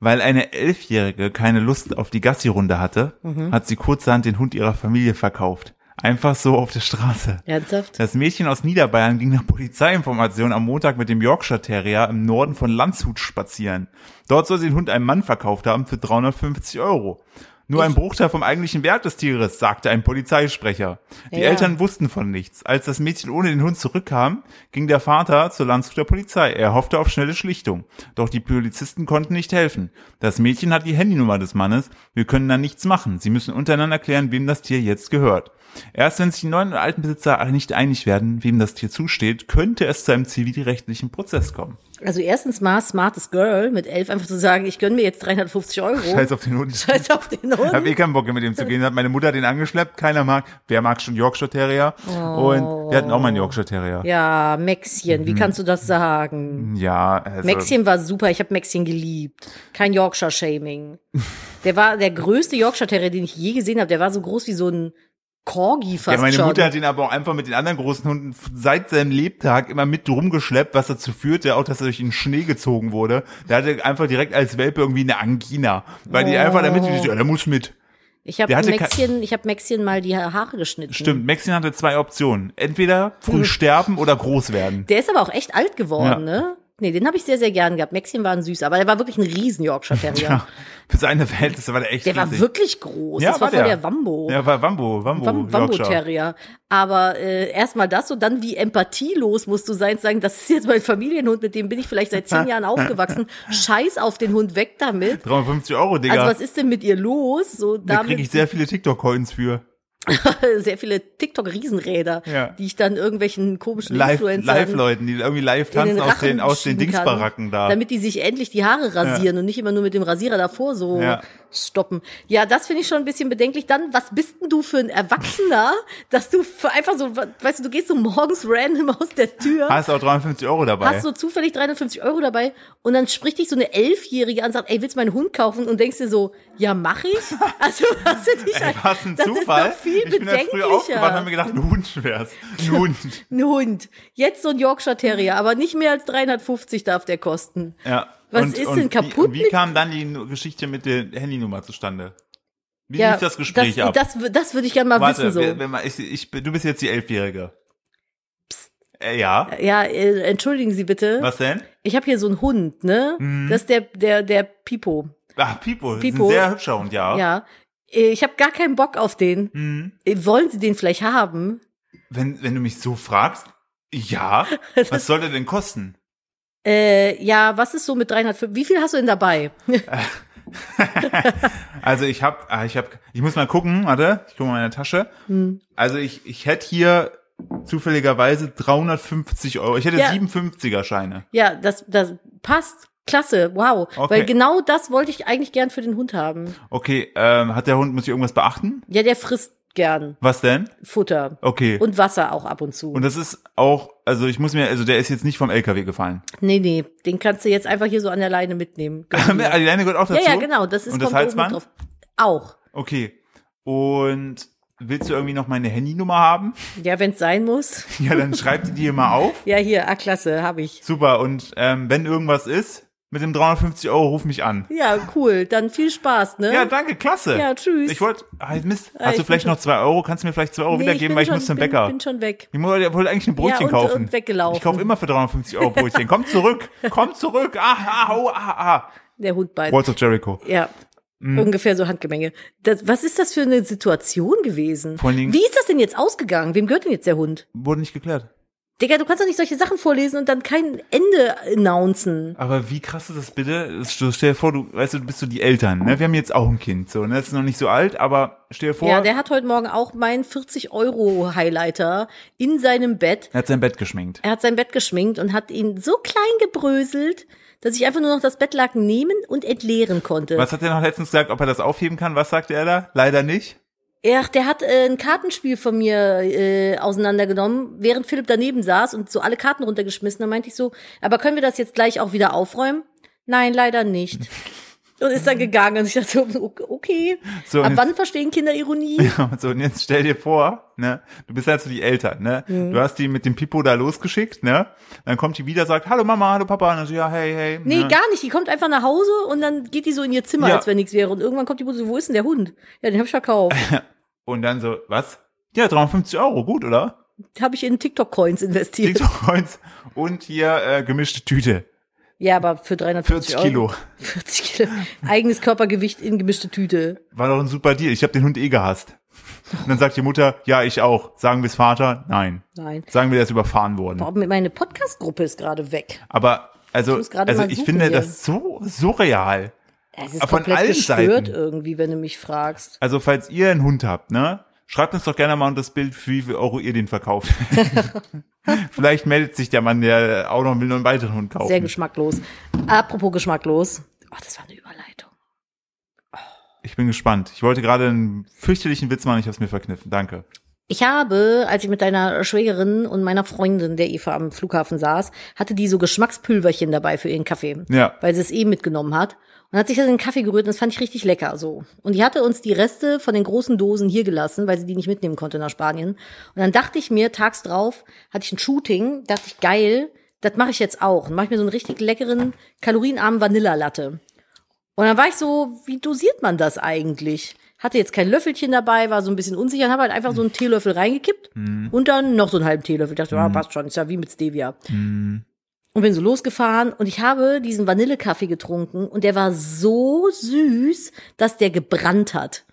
A: Weil eine Elfjährige keine Lust auf die Gassi-Runde hatte,
B: Mhm.
A: hat sie kurzerhand den Hund ihrer Familie verkauft. Einfach so auf der Straße.
B: Ernsthaft?
A: Das Mädchen aus Niederbayern ging nach Polizeiinformationen am Montag mit dem Yorkshire Terrier im Norden von Landshut spazieren. Dort soll sie den Hund einem Mann verkauft haben für 350 Euro. Nur ein Bruchteil vom eigentlichen Wert des Tieres, sagte ein Polizeisprecher. Die
B: Ja.
A: Eltern wussten von nichts. Als das Mädchen ohne den Hund zurückkam, ging der Vater zur Landshuter Polizei. Er hoffte auf schnelle Schlichtung. Doch die Polizisten konnten nicht helfen. Das Mädchen hat die Handynummer des Mannes. Wir können da nichts machen. Sie müssen untereinander klären, wem das Tier jetzt gehört. Erst wenn sich die neuen und alten Besitzer nicht einig werden, wem das Tier zusteht, könnte es zu einem zivilrechtlichen Prozess kommen.
B: Also erstens mal smartes Girl mit elf einfach zu sagen, ich gönn mir jetzt 350 Euro.
A: Scheiß auf den Hund.
B: Scheiß auf den Hund.
A: Ich habe eh keinen Bock, mit dem zu gehen. Hat meine Mutter den angeschleppt. Keiner mag. Wer mag schon Yorkshire Terrier? Und wir hatten auch mal einen Yorkshire Terrier.
B: Oh. Ja, Maxchen, wie
A: Mhm.
B: kannst du das sagen?
A: Ja, also,
B: Maxchen war super, ich habe Maxchen geliebt. Kein Yorkshire-Shaming. Der war der größte Yorkshire-Terrier, den ich je gesehen habe. Der war so groß wie so ein Corgi fast
A: ja, meine
B: schon.
A: Mutter hat ihn aber auch einfach mit den anderen großen Hunden f- seit seinem Lebtag immer mit rumgeschleppt, was dazu führte, auch dass er durch den Schnee gezogen wurde. Der hatte einfach direkt als Welpe irgendwie eine Angina, weil die einfach damit, ja, der muss mit.
B: ich habe
A: der hatte
B: Maxchen, ich habe Maxchen mal die Haare geschnitten.
A: Stimmt, Maxine hatte zwei Optionen. Entweder früh
B: Hm.
A: sterben oder groß werden.
B: Der ist aber auch echt alt geworden,
A: Ja.
B: ne? Nee, den habe ich sehr, sehr gern gehabt. Maxchen war ein süß, aber der war wirklich ein riesen Yorkshire-Terrier.
A: *laughs* Ja, für seine Verhältnisse war der echt
B: Der war
A: riesig.
B: wirklich groß.
A: Ja,
B: das war,
A: war
B: voll
A: der.
B: der Wambo.
A: Hm, Ja, war Wambo, Wambo,
B: Wam- Wambo
A: Yorkshire.
B: Terrier. Aber äh, erstmal das und dann wie empathielos musst du sein, zu sagen, das ist jetzt mein Familienhund, mit dem bin ich vielleicht
A: *laughs*
B: seit zehn Jahren aufgewachsen. Scheiß auf den Hund, weg damit.
A: 350 Euro, Digga.
B: Also was ist denn mit ihr los? So
A: da kriege ich
B: damit
A: sehr viele TikTok-Coins für.
B: *laughs* sehr viele TikTok-Riesenräder,
A: Ja.
B: die ich dann irgendwelchen komischen
A: Live-
B: Influencern
A: Live-Leuten, die irgendwie live
B: in
A: tanzen aus den, aus den
B: schieben kann,
A: Dingsbaracken da.
B: Damit die sich endlich die Haare rasieren und nicht immer nur mit dem Rasierer davor so
A: Ja.
B: stoppen. Ja, das finde ich schon ein bisschen bedenklich. Dann, was bist denn du für ein Erwachsener, *laughs* dass du für einfach so, weißt du, du gehst so morgens random aus der Tür.
A: Hast auch 350 Euro dabei.
B: Hast so zufällig 350 Euro dabei und dann spricht dich so eine Elfjährige an und sagt, ey, willst du meinen Hund kaufen? Und denkst dir so, ja,
A: *laughs*
B: mach ich? Also, hast du dich
A: Ey, was ein
B: das
A: Zufall.
B: ist doch viel
A: ich bin ja früh aufgewacht und habe mir
B: bedenklicher.
A: gedacht, ein Hund wär's. Ein Hund.
B: Ein Hund. Jetzt so ein Yorkshire Terrier, aber nicht mehr als 350 darf der kosten.
A: Ja.
B: Was
A: und,
B: ist
A: und
B: denn
A: Wie,
B: kaputt
A: und wie
B: mit-
A: kam dann die Nu- Geschichte mit der Handynummer zustande? Wie lief das Gespräch
B: das,
A: ab?
B: Das, wür- das würde ich gerne mal
A: Warte,
B: wissen. So.
A: wer- wenn man, ich, ich, bin- du bist jetzt die Elfjährige. Äh, ja.
B: ja, äh, entschuldigen Sie bitte.
A: Was Mhm. denn?
B: Ich habe hier so einen Hund, ne? Das ist der, der, der Pipo.
A: Ah, Pipo. Pipo. Ist
B: Pipo.
A: ein sehr hübscher Hund, ja.
B: Ja. Äh, Ich habe gar keinen Bock auf den.
A: Mhm.
B: Äh, Wollen Sie den vielleicht haben?
A: Wenn, wenn du mich so fragst,
B: *laughs*
A: ja. Was soll der denn kosten?
B: Äh, ja, was ist so mit 305? Wie viel hast du denn dabei?
A: Also ich hab, ah, ich hab, ich muss mal gucken, warte, ich gucke mal in meine Tasche. Also ich, ich hätte hier zufälligerweise 350 Euro. Ich hätte
B: Ja.
A: 57er Scheine.
B: ja, das, das passt. Klasse, wow.
A: Okay.
B: Weil genau das wollte ich eigentlich gern für den Hund haben.
A: Okay, ähm, hat der Hund, muss ich irgendwas beachten?
B: Ja, der frisst gern
A: Was denn?
B: Futter
A: Okay. Und,
B: und Wasser auch ab und zu.
A: das ist auch, also ich muss mir, also der ist jetzt nicht vom LKW gefallen.
B: nee, nee, den kannst du jetzt einfach hier so an der
A: *laughs*
B: Leine mitnehmen. Gönn dir.
A: Die Leine gehört auch dazu.
B: *laughs* Ja, ja, genau. Das ist
A: Und das
B: kommt da oben
A: Halsband?
B: drauf. Auch.
A: Okay. Und willst du irgendwie noch meine Handynummer haben? *laughs*
B: Ja, wenn's sein muss.
A: Ja, dann schreib die dir mal auf.
B: Ja, hier, ah, klasse, habe ich.
A: Super. Und ähm, wenn irgendwas ist, mit dem 350 Euro ruf mich an.
B: Ja, cool. Dann viel Spaß, ne?
A: Ja, danke, klasse.
B: Ja, tschüss.
A: Ich wollte, ah, Mist,
B: ich
A: hast du
B: bin
A: vielleicht
B: schon-
A: noch zwei Euro? Kannst du mir vielleicht zwei Euro
B: Nee,
A: wiedergeben,
B: bin
A: weil ich
B: schon,
A: muss zum
B: bin,
A: Bäcker.
B: bin schon weg.
A: Ich wollte wollte eigentlich ein Brötchen
B: Ja, und-
A: kaufen.
B: und weggelaufen.
A: Ich kaufe immer für 350 Euro Brötchen. Komm zurück, komm zurück. Ah, au, ah, ah.
B: Der Hund beißt.
A: Walls of Jericho.
B: Ja.
A: Mhm.
B: Ungefähr so Handgemenge. Das, was ist das für eine Situation gewesen?
A: Vor allen Dingen-
B: Wie ist das denn jetzt ausgegangen? Wem gehört denn jetzt der Hund?
A: Wurde nicht geklärt.
B: Digga, du kannst doch nicht solche Sachen vorlesen und dann kein Ende announcen.
A: Aber wie krass ist das bitte? Das- du- Stell dir vor, du, weißt du, du bist so die Eltern, ne? Wir haben jetzt auch ein Kind, so, ne? Das ist noch nicht so alt, aber stell dir vor,
B: Ja, der hat heute Morgen auch meinen 40-Euro-Highlighter in seinem Bett
A: er hat sein Bett geschminkt.
B: Er hat sein Bett geschminkt und hat ihn so klein gebröselt, dass ich einfach nur noch das Bettlaken nehmen und entleeren konnte.
A: Was hat er noch letztens gesagt, ob er das aufheben kann? Was sagte er da? Leider nicht.
B: Er, der hat äh, ein Kartenspiel von mir äh, auseinandergenommen, während Philipp daneben saß und so alle Karten runtergeschmissen. Da meinte ich so, aber können wir das jetzt gleich auch wieder aufräumen? Nein,
A: *laughs*
B: leider nicht. Und ist dann gegangen und ich dachte so, okay,
A: So, und
B: ab
A: jetzt-
B: wann verstehen Kinder Ironie?
A: *laughs* So, und jetzt stell dir vor, ne, du bist ja so die Eltern, ne? Du hast die mit dem Pipo da losgeschickt, ne? Dann kommt die wieder, sagt, hallo Mama, hallo Papa, und dann so, ja, hey, hey.
B: Nee,
A: ne?
B: gar nicht. Die kommt einfach nach Hause und dann geht die so in ihr Zimmer,
A: Ja.
B: als wenn nichts wäre. Und irgendwann kommt die Mutter so, wo ist denn der Hund? Ja, den hab
A: *laughs*
B: ich verkauft.
A: Und dann so, was? Ja, 350 Euro, gut, oder?
B: Hab ich in TikTok-Coins investiert.
A: TikTok-Coins *laughs* und hier äh, gemischte Tüte.
B: Ja, aber für 340
A: 40 Kilo.
B: Euro. *laughs* 40 Kilo. Eigenes Körpergewicht in gemischte Tüte.
A: War doch ein super Deal. Ich habe den Hund eh gehasst. Und dann sagt die Mutter, ja, ich auch. Sagen wir's Vater? Nein.
B: Nein.
A: Sagen wir, der ist überfahren worden.
B: Boah, meine Podcast-Gruppe ist gerade weg.
A: Aber also,
B: muss gerade
A: also
B: mal
A: ich
B: suchen
A: finde
B: hier.
A: das so surreal.
B: Es
A: Aber
B: ist
A: Ah, von
B: komplett
A: allen
B: gestört
A: Seiten.
B: irgendwie, wenn du mich fragst.
A: Also, falls ihr einen Hund habt, ne? Schreibt uns doch gerne mal unter das Bild, für wie viel Euro ihr den
B: *laughs*
A: verkauft. Vielleicht meldet sich der Mann, der auch noch will, noch einen weiteren Hund kaufen.
B: Sehr geschmacklos. Apropos geschmacklos. Oh, das war eine Überleitung.
A: Ich bin gespannt. Ich wollte gerade einen fürchterlichen Witz machen, ich hab's mir verkniffen. Danke.
B: Ich habe, als ich mit deiner Schwägerin und meiner Freundin, der Eva, am Flughafen saß, hatte die so Geschmackspülverchen dabei für ihren Kaffee.
A: Ja.
B: Weil sie es eh mitgenommen hat. Und hat sich das in den Kaffee gerührt und das fand ich richtig lecker so. Und die hatte uns die Reste von den großen Dosen hier gelassen, weil sie die nicht mitnehmen konnte nach Spanien. Und dann dachte ich mir, tags drauf hatte ich ein Shooting, dachte ich, geil, das mache ich jetzt auch. Und mache ich mir so einen richtig leckeren, kalorienarmen Vanillalatte. Und dann war ich so, wie dosiert man das eigentlich? Hatte jetzt kein Löffelchen dabei, war so ein bisschen unsicher und habe halt einfach so einen Teelöffel reingekippt und dann noch so einen halben Teelöffel. Ich dachte, ah, passt schon, ist ja wie mit Stevia. Und bin so losgefahren und ich habe diesen Vanillekaffee getrunken und der war so süß, dass der gebrannt hat.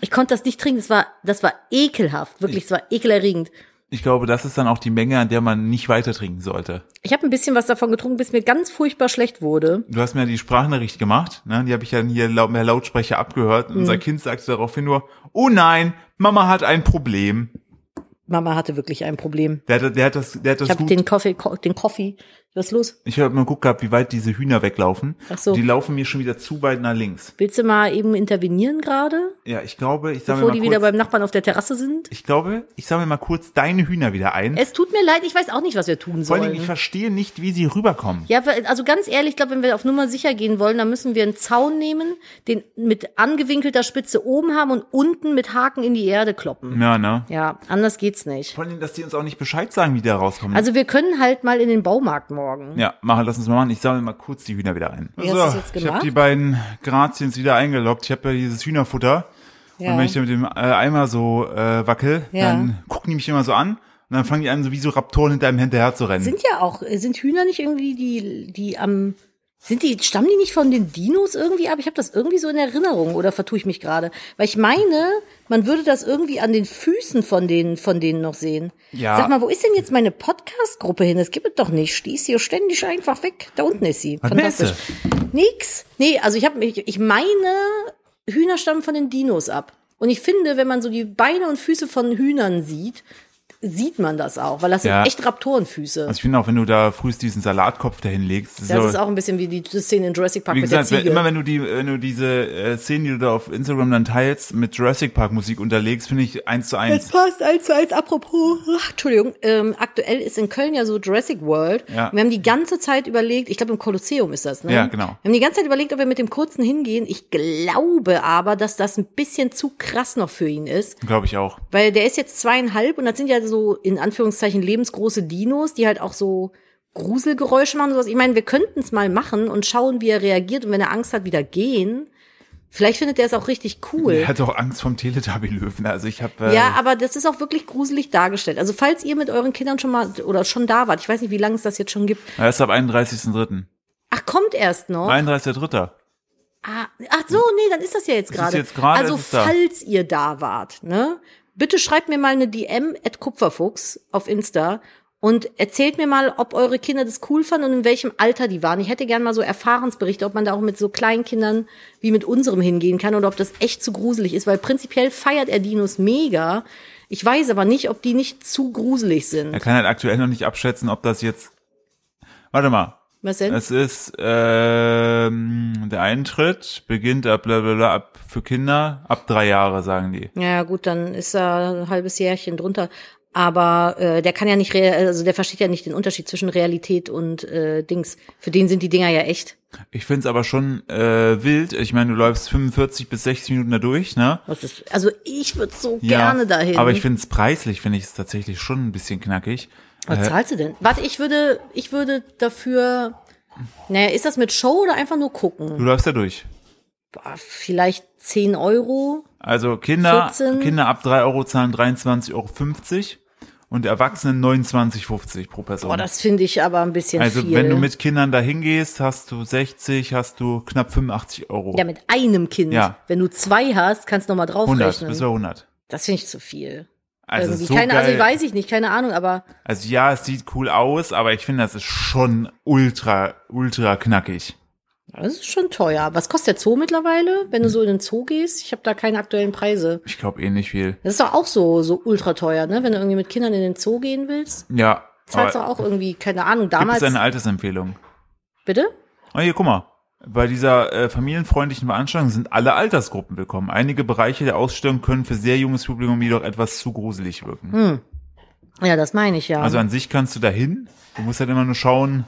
B: Ich konnte das nicht trinken, das war, das war ekelhaft, wirklich, es war ekelerregend.
A: Ich glaube, das ist dann auch die Menge, an der man nicht weiter trinken sollte.
B: Ich habe ein bisschen was davon getrunken, bis mir ganz furchtbar schlecht wurde.
A: Du hast mir die Sprachnachricht gemacht, ne? Die habe ich dann hier laut, per Lautsprecher abgehört.
B: Mhm.
A: Und unser Kind sagte daraufhin nur, oh nein, Mama hat ein Problem.
B: Mama hatte wirklich ein Problem.
A: Der hat, der hat das, der hat das
B: Ich habe
A: gut.
B: den Kaffee, Ko- den Kaffee, was ist los?
A: ich habe mal geguckt gehabt, wie weit diese Hühner weglaufen.
B: Ach so.
A: Die laufen mir schon wieder zu weit nach links.
B: Willst du mal eben intervenieren gerade,
A: Ja, ich glaube, ich sammle
B: bevor
A: mal
B: die wieder
A: kurz,
B: beim Nachbarn auf der Terrasse sind?
A: ich glaube, ich sammle mal kurz deine Hühner wieder ein.
B: Es ne? tut mir leid, ich weiß auch nicht, was wir tun
A: Vor allen Dingen,
B: sollen.
A: ich verstehe nicht, wie sie rüberkommen.
B: Ja, weil- also ganz ehrlich, ich glaube, wenn wir auf Nummer sicher gehen wollen, dann müssen wir einen Zaun nehmen, den mit angewinkelter Spitze oben haben und unten mit Haken in die Erde kloppen.
A: Ja, ne?
B: Ja, anders geht's nicht.
A: Vor allen Dingen, dass die uns auch nicht Bescheid sagen, wie die da rauskommen.
B: Also wir können halt mal in den Baumarkt morgen.
A: Ja, machen, lass uns mal machen. Ich sammle mal kurz die Hühner wieder ein.
B: Wie hast du's jetzt
A: ich habe
B: gemacht?
A: die beiden Graziens wieder eingeloggt. Ich habe ja dieses Hühnerfutter. Und
B: Ja.
A: wenn ich da mit dem äh, Eimer so äh, wackel,
B: Ja.
A: dann gucken die mich immer so an. Und dann fangen die an, so wie so Raptoren hinter einem hinterher zu rennen.
B: Sind ja auch, äh, sind Hühner nicht irgendwie die, die am, sind die, stammen die nicht von den Dinos irgendwie ab? Ich habe das irgendwie so in Erinnerung oder vertue ich mich gerade? Weil ich meine, man würde das irgendwie an den Füßen von denen, von denen noch sehen.
A: Ja.
B: Sag mal, wo ist denn jetzt meine Podcast-Gruppe hin? Das gibt es doch nicht. Die ist hier ständig einfach weg. Da unten ist sie.
A: Was
B: Fantastisch.
A: meinst
B: Nix. Nee, also ich habe ich, ich meine, Hühner stammen von den Dinos ab. Und ich finde, wenn man so die Beine und Füße von Hühnern sieht, sieht man das auch, weil das
A: Ja.
B: sind echt Raptorenfüße.
A: also ich finde auch, wenn du da frühst diesen Salatkopf dahin legst,
B: Das
A: so,
B: ist auch ein bisschen wie die Szene in Jurassic Park
A: wie
B: mit
A: gesagt,
B: der
A: wenn,
B: Ziege.
A: immer wenn du die, wenn du diese äh, Szenen, die du da auf Instagram dann teilst, mit Jurassic Park Musik unterlegst, finde ich eins zu
B: das *laughs*
A: eins.
B: passt eins zu eins. Apropos, ach, Entschuldigung, ähm, aktuell ist in Köln ja so Jurassic World.
A: Ja.
B: Und Wir haben die ganze Zeit überlegt, ich glaube im Kolosseum ist das, ne?
A: Ja, genau.
B: Wir haben die ganze Zeit überlegt, ob wir mit dem Kurzen hingehen. Ich glaube aber, dass das ein bisschen zu krass noch für ihn ist.
A: Glaube ich auch.
B: Weil der ist jetzt zweieinhalb und das sind ja so in Anführungszeichen lebensgroße Dinos, die halt auch so Gruselgeräusche machen und sowas. Ich meine, wir könnten es mal machen und schauen, wie er reagiert und wenn er Angst hat, wieder gehen. Vielleicht findet er es auch richtig cool.
A: Er hat auch Angst vom Teletubby-Löwen. Also ich habe äh,
B: Ja, aber das ist auch wirklich gruselig dargestellt. Also falls ihr mit euren Kindern schon mal oder schon da wart, ich weiß nicht, wie lange es das jetzt schon gibt.
A: er ist ab 31.3.
B: Ach, kommt erst noch.
A: 31.3.
B: Ah, ach so, nee, dann ist das ja jetzt
A: ist
B: gerade.
A: jetzt gerade,
B: Also
A: ist es da.
B: falls ihr da wart, ne, bitte schreibt mir mal eine DM at Kupferfuchs auf Insta und erzählt mir mal, ob eure Kinder das cool fanden und in welchem Alter die waren. Ich hätte gern mal so Erfahrensberichte, ob man da auch mit so kleinen Kindern wie mit unserem hingehen kann oder ob das echt zu gruselig ist, weil prinzipiell feiert er Dinos mega. Ich weiß aber nicht, ob die nicht zu gruselig sind.
A: Er kann halt aktuell noch nicht abschätzen, ob das jetzt. Warte mal.
B: Was denn?
A: Es ist ähm, der Eintritt beginnt ab bla bla bla ab für Kinder ab drei Jahre, sagen die.
B: Ja, gut, dann ist er ein halbes Jährchen drunter. Aber äh, der kann ja nicht, rea- also der versteht ja nicht den Unterschied zwischen Realität und äh, Dings. Für den sind die Dinger ja echt.
A: Ich find's aber schon äh, wild. Ich meine, du läufst 45 bis 60 Minuten da durch, ne?
B: Das ist, also ich würde so gerne dahin.
A: Aber ich find's preislich, finde ich es tatsächlich schon ein bisschen knackig. äh,
B: Was zahlst du denn? Warte, ich würde, ich würde dafür. Naja, ist das mit Show oder einfach nur gucken?
A: Du läufst da durch.
B: Boah, vielleicht 10 Euro?
A: Also Kinder,
B: 14.
A: Kinder ab 3 Euro zahlen 23,50 Euro und Erwachsene 29,50 pro Person.
B: Boah, das finde ich aber ein bisschen
A: also
B: viel.
A: wenn du mit Kindern da hingehst, hast du 60, hast du knapp 85 Euro.
B: ja, mit einem Kind.
A: Ja.
B: Wenn du zwei hast, kannst du nochmal
A: 100,
B: draufrechnen.
A: bis bei 100.
B: Das finde ich zu viel.
A: Also
B: Irgendwie.
A: so
B: keine,
A: geil.
B: also weiß ich nicht, keine Ahnung, aber
A: Also ja, es sieht cool aus, aber ich finde, das ist schon ultra, ultra knackig.
B: das ist schon teuer. Was kostet der Zoo mittlerweile, wenn du so in den Zoo gehst? Ich habe da keine aktuellen Preise.
A: Ich glaube eh nicht viel.
B: Das ist doch auch so, so ultra teuer, ne? Wenn du irgendwie mit Kindern in den Zoo gehen willst,
A: Ja, aber
B: zahlst du auch irgendwie, keine Ahnung,
A: gibt es
B: damals.
A: eine Altersempfehlung?
B: Bitte?
A: Oh, hier, guck mal. Bei dieser äh, familienfreundlichen Veranstaltung sind alle Altersgruppen willkommen. Einige Bereiche der Ausstellung können für sehr junges Publikum jedoch etwas zu gruselig wirken.
B: Hm, also Ja, das meine ich ja.
A: Also an sich kannst du dahin. Du musst halt immer nur schauen.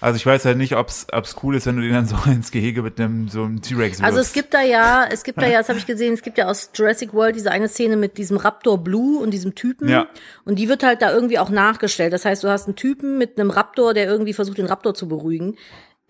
A: Also ich weiß halt nicht, ob's ob's cool ist, wenn du den dann so *laughs* ins Gehege mit einem so einem T-Rex wirfst.
B: Also es gibt da ja, es gibt da ja, das habe ich gesehen, es gibt ja aus Jurassic World diese eine Szene mit diesem Raptor Blue und diesem Typen.
A: Ja.
B: Und die wird halt da irgendwie auch nachgestellt. Das heißt, du hast einen Typen mit einem Raptor, der irgendwie versucht, den Raptor zu beruhigen.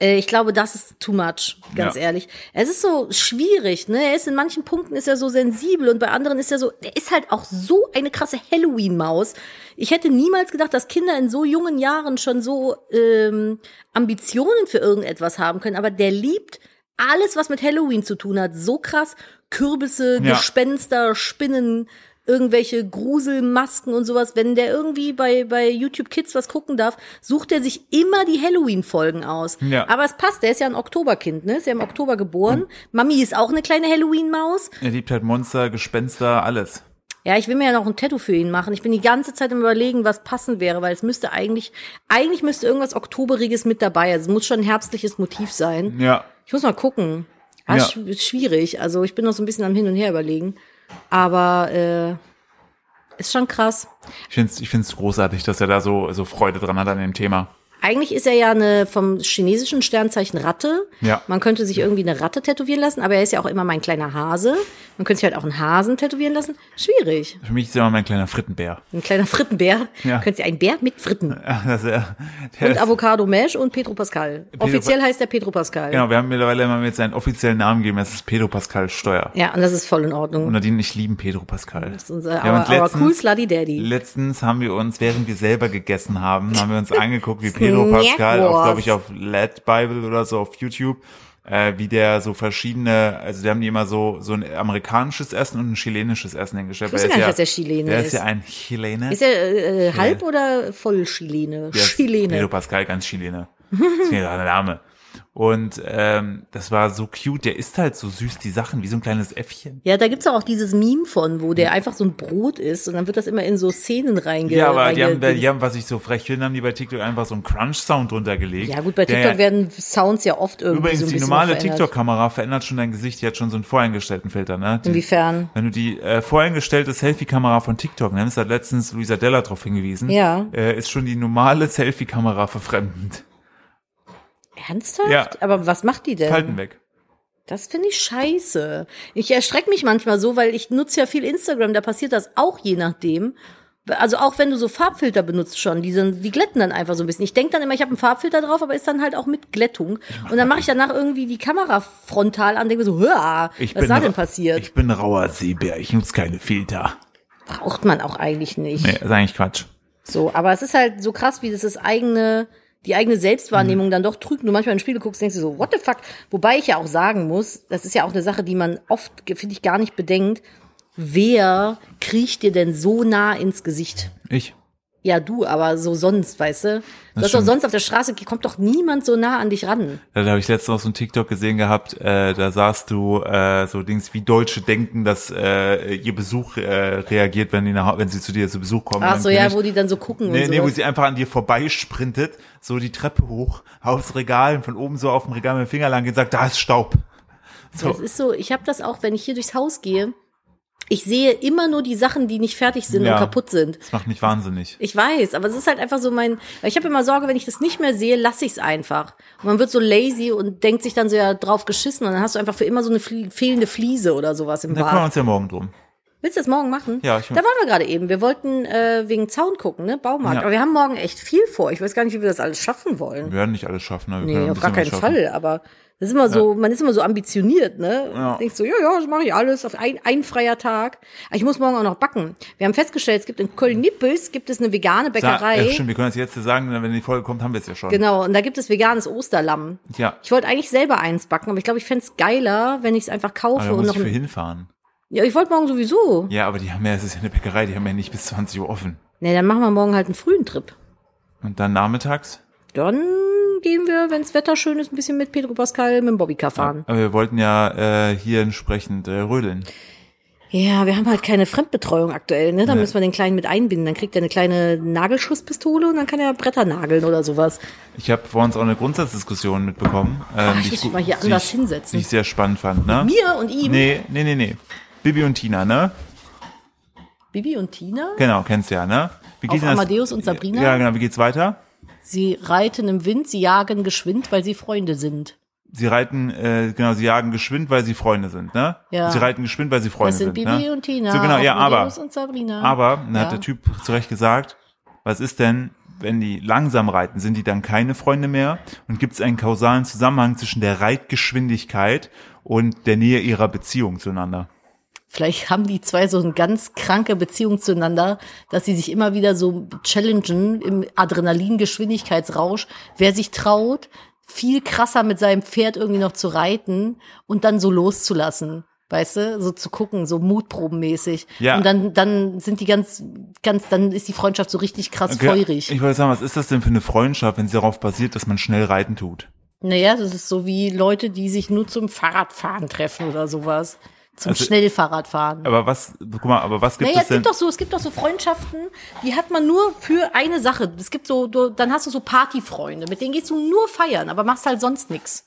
B: Äh, Ich glaube, das ist too much, ganz
A: Ja.
B: ehrlich. Es ist so schwierig, ne? Er ist in manchen Punkten ist er so sensibel und bei anderen ist er so, er ist halt auch so eine krasse Halloween-Maus. Ich hätte niemals gedacht, dass Kinder in so jungen Jahren schon so ähm, Ambitionen für irgendetwas haben können, aber der liebt alles, was mit Halloween zu tun hat, so krass. Kürbisse,
A: Ja.
B: Gespenster, Spinnen, irgendwelche Gruselmasken und sowas. Wenn der irgendwie bei, bei YouTube Kids was gucken darf, sucht er sich immer die Halloween-Folgen aus.
A: Ja.
B: Aber es passt, der ist ja ein Oktoberkind, ne? Ist ja im Oktober geboren. Mami ist auch eine kleine Halloween-Maus.
A: er liebt halt Monster, Gespenster, alles.
B: Ja, ich will mir ja noch ein Tattoo für ihn machen. Ich bin die ganze Zeit am überlegen, was passend wäre, weil es müsste eigentlich, eigentlich müsste irgendwas Oktoberiges mit dabei. Also es muss schon ein herbstliches Motiv sein.
A: Ja,
B: Ich muss mal gucken. Ah,
A: Ja.
B: sch- Schwierig. Also ich bin noch so ein bisschen am Hin und Her überlegen. Aber äh, ist schon krass.
A: ich find's ich find's großartig, dass er da so so Freude dran hat an dem Thema.
B: Eigentlich ist er ja eine vom chinesischen Sternzeichen Ratte.
A: Ja.
B: Man könnte sich irgendwie eine Ratte tätowieren lassen, aber er ist ja auch immer mein kleiner Hase. Man könnte sich halt auch einen Hasen tätowieren lassen. Schwierig.
A: Für mich ist er immer mein kleiner Frittenbär. *laughs*
B: Ein kleiner Frittenbär.
A: Ja.
B: Könnte sich ein Bär mit Fritten.
A: Ja, das, er, der
B: Und
A: ist-
B: Avocado Mesh und Pedro Pascal.
A: Pa-
B: Offiziell heißt er Pedro Pascal.
A: Genau, wir haben mittlerweile immer jetzt seinen offiziellen Namen gegeben, das ist Pedro Pascal Steuer.
B: Ja, und das ist voll in Ordnung.
A: Und Nadine, und ich lieben Pedro Pascal.
B: das ist unser,
A: Wir haben
B: our,
A: uns
B: our
A: letztens-
B: cool slutty daddy.
A: Letztens haben wir uns, während wir selber gegessen haben, haben wir
B: *laughs*
A: uns angeguckt, wie Pedro
B: Snack
A: Pascal, auf,
B: Wars.
A: glaube ich, auf Led Bible oder so auf YouTube, äh, wie der so verschiedene, also die haben die immer so so ein amerikanisches Essen und ein chilenisches Essen hingestellt.
B: Ich wusste
A: weil
B: gar nicht,
A: er
B: dass er Chilene
A: der
B: ist.
A: ist ja ein Chilene.
B: Ist er äh, halb oder voll Chilene?
A: Der ist Pedro
B: Chilene.
A: Pascal, ganz Chilene. Das ist ja der Name. Und ähm, das war so cute. Der isst halt so süß die Sachen, wie so ein kleines Äffchen.
B: Ja, da gibt's auch dieses Meme von, wo der einfach so ein Brot ist und dann wird das immer in so Szenen reinge.
A: Hm. Ja, aber die haben,
B: reinge-
A: die haben, was ich so frech finde, haben die bei TikTok einfach so einen Crunch-Sound drunter gelegt.
B: ja gut, bei
A: der-
B: TikTok werden Sounds ja oft irgendwie
A: Übrigens,
B: so ein
A: die
B: bisschen
A: normale
B: verändert.
A: TikTok-Kamera verändert schon dein Gesicht. Die hat schon so einen voreingestellten Filter, ne? Die,
B: Inwiefern?
A: Wenn du die äh, voreingestellte Selfie-Kamera von TikTok nimmst, hat letztens Luisa Della darauf hingewiesen.
B: Ja.
A: Äh, ist schon die normale Selfie-Kamera verfremdend.
B: Ernsthaft?
A: Ja.
B: Aber was macht die denn?
A: Falten weg.
B: Das finde ich scheiße. Ich erschrecke mich manchmal so, weil ich nutze ja viel Instagram, da passiert das auch je nachdem. Also auch wenn du so Farbfilter benutzt schon, die, sind, die glätten dann einfach so ein bisschen. Ich denke dann immer, ich habe einen Farbfilter drauf, aber ist dann halt auch mit Glättung. Und dann mache ich danach irgendwie die Kamera frontal an, denke so, hua,
A: Ich
B: was
A: bin
B: ist da
A: ra-
B: denn passiert?
A: Ich bin rauer Seebär. Ich nutze keine Filter.
B: Braucht man auch eigentlich nicht.
A: Nee, ist eigentlich Quatsch.
B: So, aber es ist halt so krass, wie das das eigene, die eigene
A: Mhm.
B: Selbstwahrnehmung dann doch trügt. Und du manchmal in Spiele guckst, denkst du so, what the fuck? Wobei ich ja auch sagen muss, das ist ja auch eine Sache, die man oft, finde ich, gar nicht bedenkt. Wer kriecht dir denn so nah ins Gesicht?
A: Ich.
B: Ja, du, aber so sonst, weißt du? Du hast doch
A: stimmt.
B: sonst auf der Straße, kommt doch niemand so nah an dich ran.
A: Da habe ich letztens noch so ein TikTok gesehen gehabt, äh, da sahst du äh, so Dings, wie Deutsche denken, dass äh, ihr Besuch äh, reagiert, wenn, die nach, wenn sie zu dir zu Besuch kommen.
B: Ach
A: Dann
B: so,
A: bin
B: ja,
A: ich-
B: wo die dann so gucken
A: Nee,
B: und
A: nee, wo
B: so.
A: sie einfach an dir vorbeisprintet, so die Treppe hoch, aufs Regal, und von oben so auf dem Regal mit dem Finger lang geht, und sagt, da ist Staub.
B: Das ist so, ich habe das auch, wenn ich hier durchs Haus gehe. Ich sehe immer nur die Sachen, die nicht fertig sind
A: Ja.
B: und kaputt sind.
A: Das macht mich wahnsinnig.
B: Ich weiß, aber es ist halt einfach so mein. weil Ich habe immer Sorge, wenn ich das nicht mehr sehe, lasse ich es einfach. Und man wird so lazy und denkt sich dann so ja drauf geschissen und dann hast du einfach für immer so eine flie fehlende Fliese oder sowas im
A: Da kümmern wir
B: Bad.
A: uns ja morgen drum.
B: Willst du das morgen machen?
A: Ja, ich-
B: Da waren wir gerade eben. Wir wollten äh, wegen Zaun gucken, ne? Baumarkt.
A: Ja.
B: Aber wir haben morgen echt viel vor. Ich weiß gar nicht, wie wir das alles schaffen wollen.
A: Wir werden nicht alles schaffen. aber wir können
B: Nee,
A: ein
B: auf gar keinen
A: bisschen was schaffen.
B: Fall. Aber das ist immer so, man ist immer so ambitioniert, ne?
A: Ja.
B: Denkst so, ja, ja, das mache ich alles auf ein, ein freier Tag. Aber Ich muss morgen auch noch backen. Wir haben festgestellt, es gibt in Köln-Nippes gibt es eine vegane
A: Sa- äh,
B: Bäckerei.
A: Ja, stimmt, wir können das jetzt sagen, wenn die Folge kommt, haben wir es ja schon.
B: Genau, und da gibt es veganes Osterlamm.
A: Ja.
B: Ich wollte eigentlich selber eins backen, aber ich glaube, ich fänd's geiler, wenn ich es einfach
A: Aber
B: kaufe
A: Ah, da
B: und
A: muss
B: noch.
A: ich für hinfahren.
B: ja, ich wollte morgen sowieso.
A: Ja, aber die haben ja, es ist ja eine Bäckerei, die haben ja nicht bis 20 Uhr offen.
B: Nee, dann machen wir morgen halt einen frühen Trip.
A: Und dann nachmittags?
B: Dann gehen wir, wenn's Wetter schön ist, ein bisschen mit Pedro Pascal mit dem Bobbycar fahren.
A: Aber wir wollten ja äh, hier entsprechend äh, rödeln.
B: Ja. wir haben halt keine Fremdbetreuung aktuell, ne? Da müssen wir den Kleinen mit einbinden. Dann kriegt er eine kleine Nagelschusspistole und dann kann er Bretter nageln oder sowas.
A: Ich habe vor uns auch eine Grundsatzdiskussion mitbekommen. Ähm,
B: Ah, ich
A: die
B: muss
A: gu-
B: mich mal hier
A: die
B: anders
A: ich-
B: hinsetzen.
A: Die ich sehr spannend fand, ne?
B: Mir und ihm.
A: Nee, nee, nee, nee. Bibi und Tina, ne?
B: Bibi und Tina,
A: Genau, kennst du ja, ne? Wie
B: auf
A: denn das-
B: Amadeus und Sabrina.
A: Ja, genau, wie geht's weiter?
B: Sie reiten im Wind, sie jagen geschwind, weil sie Freunde sind.
A: Sie reiten, äh, genau, sie jagen geschwind, weil sie Freunde sind, ne?
B: Ja.
A: Sie reiten geschwind, weil sie Freunde
B: Das sind Bibi
A: ne?
B: und Tina.
A: So genau, ja, aber.
B: Amadeus Und Sabrina.
A: Aber, dann
B: Ah. Ja.
A: hat der Typ zu Recht gesagt, was ist denn, wenn die langsam reiten, sind die dann keine Freunde mehr? Und gibt es einen kausalen Zusammenhang zwischen der Reitgeschwindigkeit und der Nähe ihrer Beziehung zueinander?
B: Vielleicht haben die zwei so eine ganz kranke Beziehung zueinander, dass sie sich immer wieder so challengen im Adrenalingeschwindigkeitsrausch, wer sich traut, viel krasser mit seinem Pferd irgendwie noch zu reiten und dann so loszulassen. Weißt du, so zu gucken, so mutprobenmäßig.
A: Ja.
B: Und dann, dann sind die ganz, ganz, dann ist die Freundschaft so richtig krass feurig.
A: Ich wollte sagen, was ist das denn für eine Freundschaft, wenn sie darauf basiert, dass man schnell reiten tut?
B: Naja, das ist so wie Leute, die sich nur zum Fahrradfahren treffen oder sowas. Zum
A: Also-
B: Schnellfahrradfahren.
A: Aber was, guck mal, aber was gibt
B: Naja,
A: es
B: es
A: denn?
B: gibt doch so, es gibt doch so Freundschaften, die hat man nur für eine Sache. Es gibt so, du, dann hast du so Partyfreunde, mit denen gehst du nur feiern, aber machst halt sonst nix.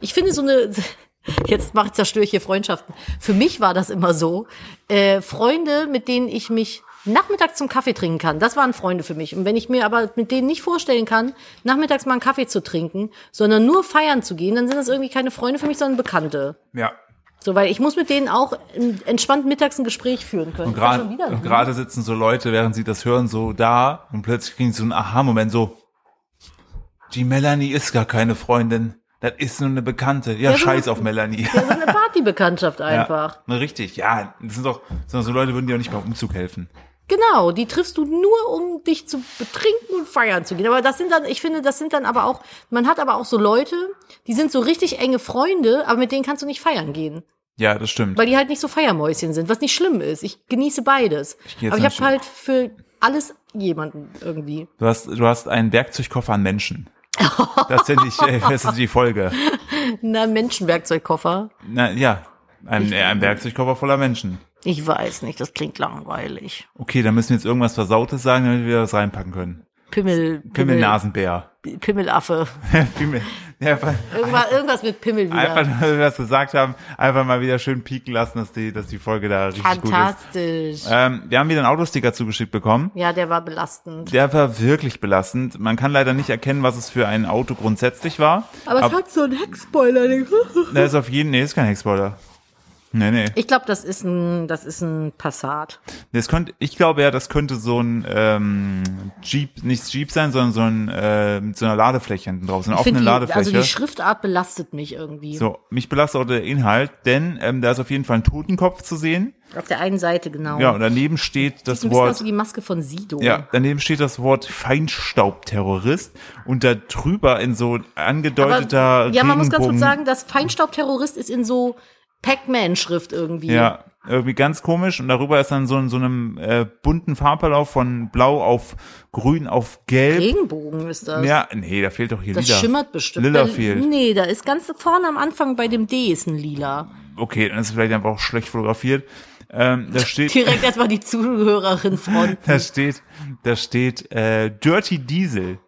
B: Ich finde so eine, *laughs* jetzt mach, zerstöre ich hier Freundschaften. Für mich war das immer so, äh, Freunde, mit denen ich mich nachmittags zum Kaffee trinken kann, das waren Freunde für mich. Und wenn ich mir aber mit denen nicht vorstellen kann, nachmittags mal einen Kaffee zu trinken, sondern nur feiern zu gehen, dann sind das irgendwie keine Freunde für mich, sondern Bekannte.
A: ja.
B: So, weil ich muss mit denen auch ähm, entspannt mittags ein Gespräch führen
A: Und
B: können. Ist das schon
A: gerade
B: wieder ne? ein
A: und
B: Bier?
A: gerade sitzen so Leute, während sie das hören, so da und plötzlich kriegen sie so einen Aha-Moment, so die Melanie ist gar keine Freundin, das ist nur eine Bekannte. Ja,
B: Ja, so-
A: scheiß auf Melanie.
B: Das ist eine Partybekanntschaft einfach.
A: Ja, na, richtig, ja. Das sind doch das sind doch so Leute, würden dir auch nicht beim Umzug helfen.
B: Genau, die triffst du nur, um dich zu betrinken und feiern zu gehen. Aber das sind dann, ich finde, das sind dann aber auch, man hat aber auch so Leute, die sind so richtig enge Freunde, aber mit denen kannst du nicht feiern gehen.
A: Ja, das stimmt.
B: Weil die halt nicht so Feiermäuschen sind, was nicht schlimm ist. Ich genieße beides.
A: geh jetzt
B: aber ich
A: nach
B: habe halt für alles jemanden irgendwie.
A: Du hast, du hast einen Werkzeugkoffer an Menschen. Das finde ich,
B: *laughs*
A: äh, das ist die Folge.
B: Na, Menschenwerkzeugkoffer.
A: Na, ja, ein, äh, ein Werkzeugkoffer voller Menschen.
B: Ich weiß nicht, das klingt langweilig.
A: Okay, dann müssen wir jetzt irgendwas Versautes sagen, damit wir was reinpacken können.
B: Pimmel, Pimmel,
A: *laughs* Pimmelnasenbär.
B: Pimmelaffe.
A: Pimmel. Ja, einfach,
B: Irgendwas, irgendwas mit Pimmel wieder.
A: einfach nur, weil wir das gesagt haben, einfach mal wieder schön pieken lassen, dass die, dass die Folge da richtig gut ist.
B: Fantastisch.
A: Ähm, wir haben wieder einen Autosticker zugeschickt bekommen.
B: Ja, der war belastend.
A: Der war wirklich belastend. Man kann leider nicht erkennen, was es für ein Auto grundsätzlich war.
B: Aber es hat so einen Heckspoiler. *laughs*
A: Da ist auf jeden, nee, ist kein Hexboiler. Nee, nee.
B: Ich glaube, das ist ein, das ist ein Passat.
A: Das könnte, ich glaube ja, das könnte so ein ähm, Jeep, nicht Jeep sein, sondern so ein äh, mit so einer Ladefläche hinten drauf, so eine
B: Ich
A: offene
B: finde, die, also
A: Ladefläche.
B: die Schriftart belastet mich irgendwie.
A: so, mich belastet auch der Inhalt, denn ähm, da ist auf jeden Fall ein Totenkopf zu sehen.
B: Auf der einen Seite, genau.
A: Ja, und daneben steht
B: Sieht ein
A: das
B: bisschen aus
A: Wort.
B: wie die Maske von Sido.
A: Ja, daneben steht das Wort Feinstaubterrorist und da drüber in so
B: Aber,
A: angedeuteter
B: ja, man muss ganz
A: Regenbogen-
B: kurz sagen, das Feinstaubterrorist ist in so Pac-Man-Schrift irgendwie.
A: Ja, irgendwie ganz komisch. Und darüber ist dann so in so einem äh, bunten Farbverlauf von Blau auf Grün auf Gelb.
B: Regenbogen ist das.
A: Ja, nee, da fehlt doch hier
B: das
A: Lila.
B: schimmert bestimmt. Äh,
A: Lila
B: Da-
A: fehlt.
B: Nee, da ist ganz vorne am Anfang bei dem D ist ein Lila.
A: Okay, dann ist es vielleicht einfach auch schlecht fotografiert. Ähm, da steht, *laughs*
B: Direkt erstmal die Zuhörerin front.
A: da steht, da steht äh, Dirty Diesel.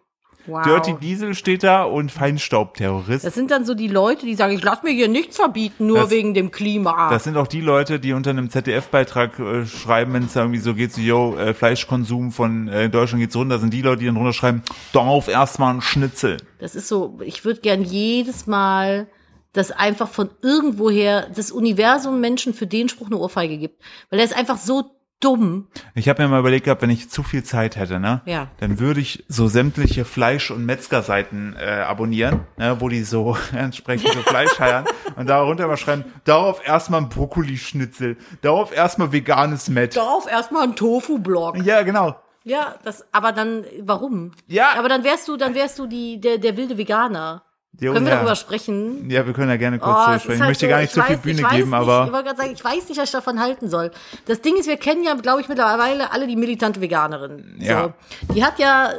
B: Wow.
A: Dirty Diesel steht da und Feinstaubterrorist.
B: Das sind dann so die Leute, die sagen, ich lass mir hier nichts verbieten, nur
A: Das-
B: wegen dem Klima.
A: Das sind auch die Leute, die unter einem ZDF-Beitrag äh, schreiben, wenn es da irgendwie so geht, so, yo, äh, Fleischkonsum von äh, in Deutschland geht's runter, sind die Leute, die dann runterschreiben, darauf erstmal ein Schnitzel.
B: Das ist so, ich würde gern jedes Mal, dass einfach von irgendwoher das Universum Menschen für den Spruch eine Ohrfeige gibt. Weil er ist einfach so dumm.
A: Ich habe mir mal überlegt gehabt, wenn ich zu viel Zeit hätte, ne?
B: Ja.
A: Dann würde ich so sämtliche Fleisch- und Metzgerseiten äh, abonnieren, ne, wo die so *laughs* entsprechend so Fleisch
B: *laughs*
A: heiern und darunter mal schreiben, darauf erstmal ein Brokkolischnitzel, darauf erstmal veganes Met.
B: Darauf erstmal ein Tofu-Block.
A: Ja, genau.
B: Ja, das, aber dann, warum?
A: Ja.
B: Aber dann wärst du, dann wärst du die, der, der wilde Veganer.
A: Jo,
B: Können wir
A: ja.
B: darüber sprechen?
A: Ja, wir können da gerne kurz
B: Oh,
A: drüber
B: es ist
A: sprechen. Ich
B: halt
A: möchte
B: so,
A: gar nicht
B: ich
A: zu viel
B: weiß-
A: Bühne
B: ich weiß
A: geben,
B: nicht,
A: aber.
B: Ich wollte gerade sagen, ich weiß nicht, was ich davon halten soll. Das Ding ist, wir kennen ja, glaube ich, mittlerweile alle die militante Veganerin.
A: Ja.
B: So. Die hat ja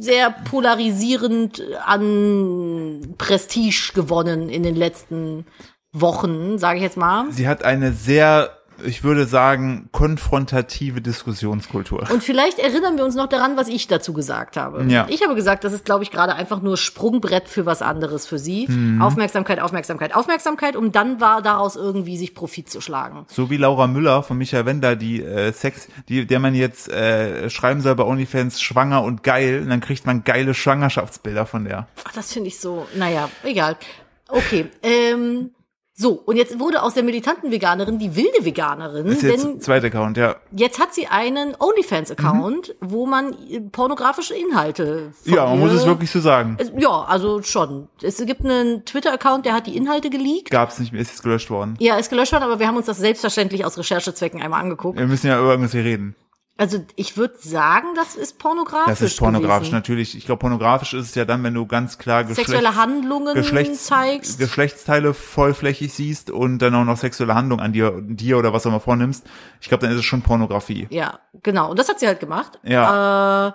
B: sehr polarisierend an Prestige gewonnen in den letzten Wochen, sage ich jetzt mal.
A: Sie hat eine sehr, ich würde sagen, konfrontative Diskussionskultur.
B: Und vielleicht erinnern wir uns noch daran, was ich dazu gesagt habe.
A: Ja.
B: Ich habe gesagt, das ist, glaube ich, gerade einfach nur Sprungbrett für was anderes für sie.
A: Mhm.
B: Aufmerksamkeit, Aufmerksamkeit, Aufmerksamkeit, um dann war daraus irgendwie sich Profit zu schlagen.
A: So wie Laura Müller von Michael Wender, die äh, Sex, die, der man jetzt äh, schreiben soll bei OnlyFans schwanger und geil, und dann kriegt man geile Schwangerschaftsbilder von der.
B: Ach, das finde ich so, naja, egal. Okay, ähm, so, und jetzt wurde aus der militanten Veganerin die wilde Veganerin,
A: Das ist jetzt
B: denn
A: zweiter Account, ja.
B: jetzt hat sie einen OnlyFans-Account, wo man äh, pornografische Inhalte von
A: Mhm. Ja, man
B: ihr-
A: muss es wirklich so sagen.
B: Es- Ja, also schon. Es gibt einen Twitter-Account, der hat die Inhalte geleakt.
A: Gab's nicht mehr, ist jetzt gelöscht worden.
B: Ja, ist gelöscht worden, aber wir haben uns das selbstverständlich aus Recherchezwecken einmal angeguckt.
A: Wir müssen ja über irgendwas hier reden.
B: Also ich würde sagen, das ist pornografisch.
A: Das ist pornografisch, ne?
B: gewesen.
A: natürlich. Ich glaube, pornografisch ist es ja dann, wenn du ganz klar
B: Sexuelle
A: Geschlechts
B: Handlungen
A: Geschlechts
B: zeigst.
A: Geschlechtsteile vollflächig siehst und dann auch noch sexuelle Handlung an dir, dir oder was auch immer vornimmst, ich glaube, dann ist es schon Pornografie.
B: Ja, genau. Und das hat sie halt gemacht.
A: Ja.
B: Äh,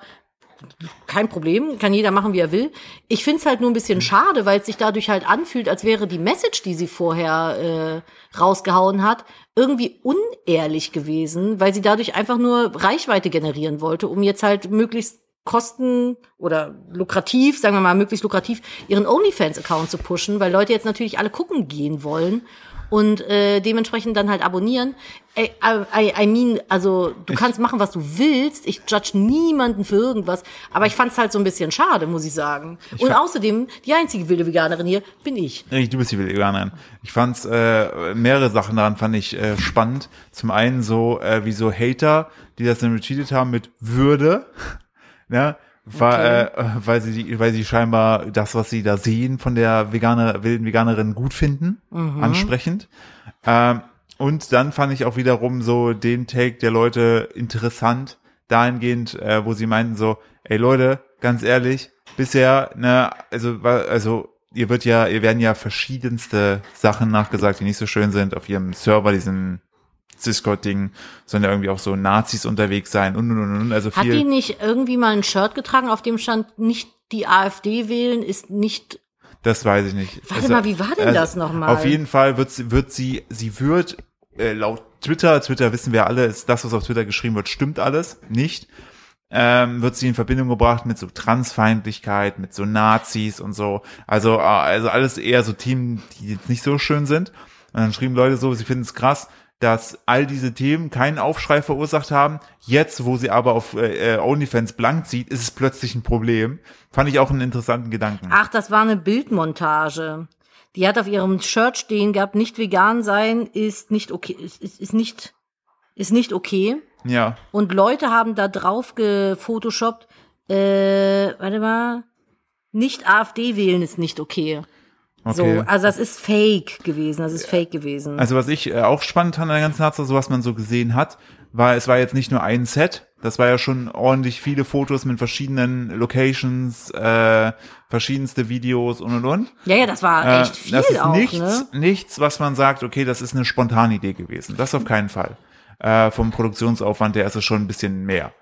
B: kein Problem, kann jeder machen, wie er will. Ich find's halt nur ein bisschen schade, weil es sich dadurch halt anfühlt, als wäre die Message, die sie vorher äh, rausgehauen hat, irgendwie unehrlich gewesen, weil sie dadurch einfach nur Reichweite generieren wollte, um jetzt halt möglichst kosten oder lukrativ, sagen wir mal, möglichst lukrativ ihren OnlyFans-Account zu pushen, weil Leute jetzt natürlich alle gucken gehen wollen und äh, dementsprechend dann halt abonnieren. I, I, I mean, also du kannst machen, was du willst. Ich judge niemanden für irgendwas. Aber ich fand's halt so ein bisschen schade, muss ich sagen. und außerdem, die einzige wilde Veganerin hier bin ich.
A: Richtig, du bist die Veganerin. Ich fand's äh, mehrere Sachen daran fand ich äh, spannend. Zum einen so äh, wie so Hater, die das dann retweetet haben mit Würde, ne? Weil, äh, weil sie die, weil sie scheinbar das, was sie da sehen von der Veganer, wilden Veganerin gut finden,
B: Mhm.
A: ansprechend. Ähm, und dann fand ich auch wiederum so den Take der Leute interessant, dahingehend, äh, wo sie meinten so, ey Leute, ganz ehrlich, bisher, ne, also, wa- also, ihr wird ja, ihr werden ja verschiedenste Sachen nachgesagt, die nicht so schön sind auf ihrem Server, diesen Discord-Ding, sondern irgendwie auch so Nazis unterwegs sein und, und, und, und, also
B: Hat
A: viel.
B: die nicht irgendwie mal ein Shirt getragen, auf dem stand nicht die AfD wählen, ist nicht.
A: Das weiß ich nicht. Also,
B: Warte mal, wie war denn das noch mal?
A: Auf jeden Fall wird, sie- wird sie, sie wird äh, laut Twitter, Twitter wissen wir alle, ist das, was auf Twitter geschrieben wird, stimmt alles nicht. Ähm, wird sie in Verbindung gebracht mit so Transfeindlichkeit, mit so Nazis und so. Also, äh, also alles eher so Themen, die jetzt nicht so schön sind. Und dann schrieben Leute so, sie finden es krass, dass all diese Themen keinen Aufschrei verursacht haben. Jetzt, wo sie aber auf äh, äh, OnlyFans blank zieht, ist es plötzlich ein Problem. Fand ich auch einen interessanten Gedanken.
B: Ach, das war eine Bildmontage. Die hat auf ihrem Shirt stehen gehabt, nicht vegan sein ist nicht okay, ist, ist, ist nicht, ist nicht okay.
A: Ja.
B: Und Leute haben da drauf gefotoshoppt, äh, warte mal, nicht AfD wählen ist nicht okay.
A: Okay.
B: So, also das ist fake gewesen, das ist fake gewesen.
A: Also was ich äh, auch spannend fand an der ganzen Hatze, so was man so gesehen hat, war, es war jetzt nicht nur ein Set, das war ja schon ordentlich viele Fotos mit verschiedenen Locations, äh, verschiedenste Videos und und und.
B: ja, ja, das war
A: Äh,
B: echt viel
A: das ist
B: auch,
A: nichts,
B: ne?
A: nichts, was man sagt, okay, das ist eine spontane Idee gewesen. Das auf keinen Fall. Äh, vom Produktionsaufwand her ist es schon ein bisschen mehr.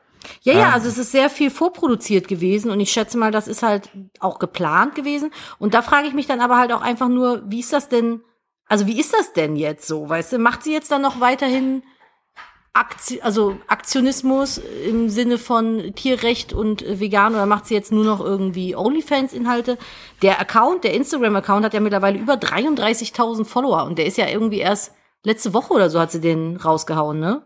B: Ja, ja, also es ist sehr viel vorproduziert gewesen und ich schätze mal, das ist halt auch geplant gewesen. Und da frage ich mich dann aber halt auch einfach nur, wie ist das denn, also wie ist das denn jetzt so, weißt du? Macht sie jetzt dann noch weiterhin Akti also Aktionismus im Sinne von Tierrecht und äh, vegan oder macht sie jetzt nur noch irgendwie Onlyfans-Inhalte? Der Account, der Instagram-Account hat ja mittlerweile über 33.000 Follower und der ist ja irgendwie erst letzte Woche oder so hat sie den rausgehauen, ne?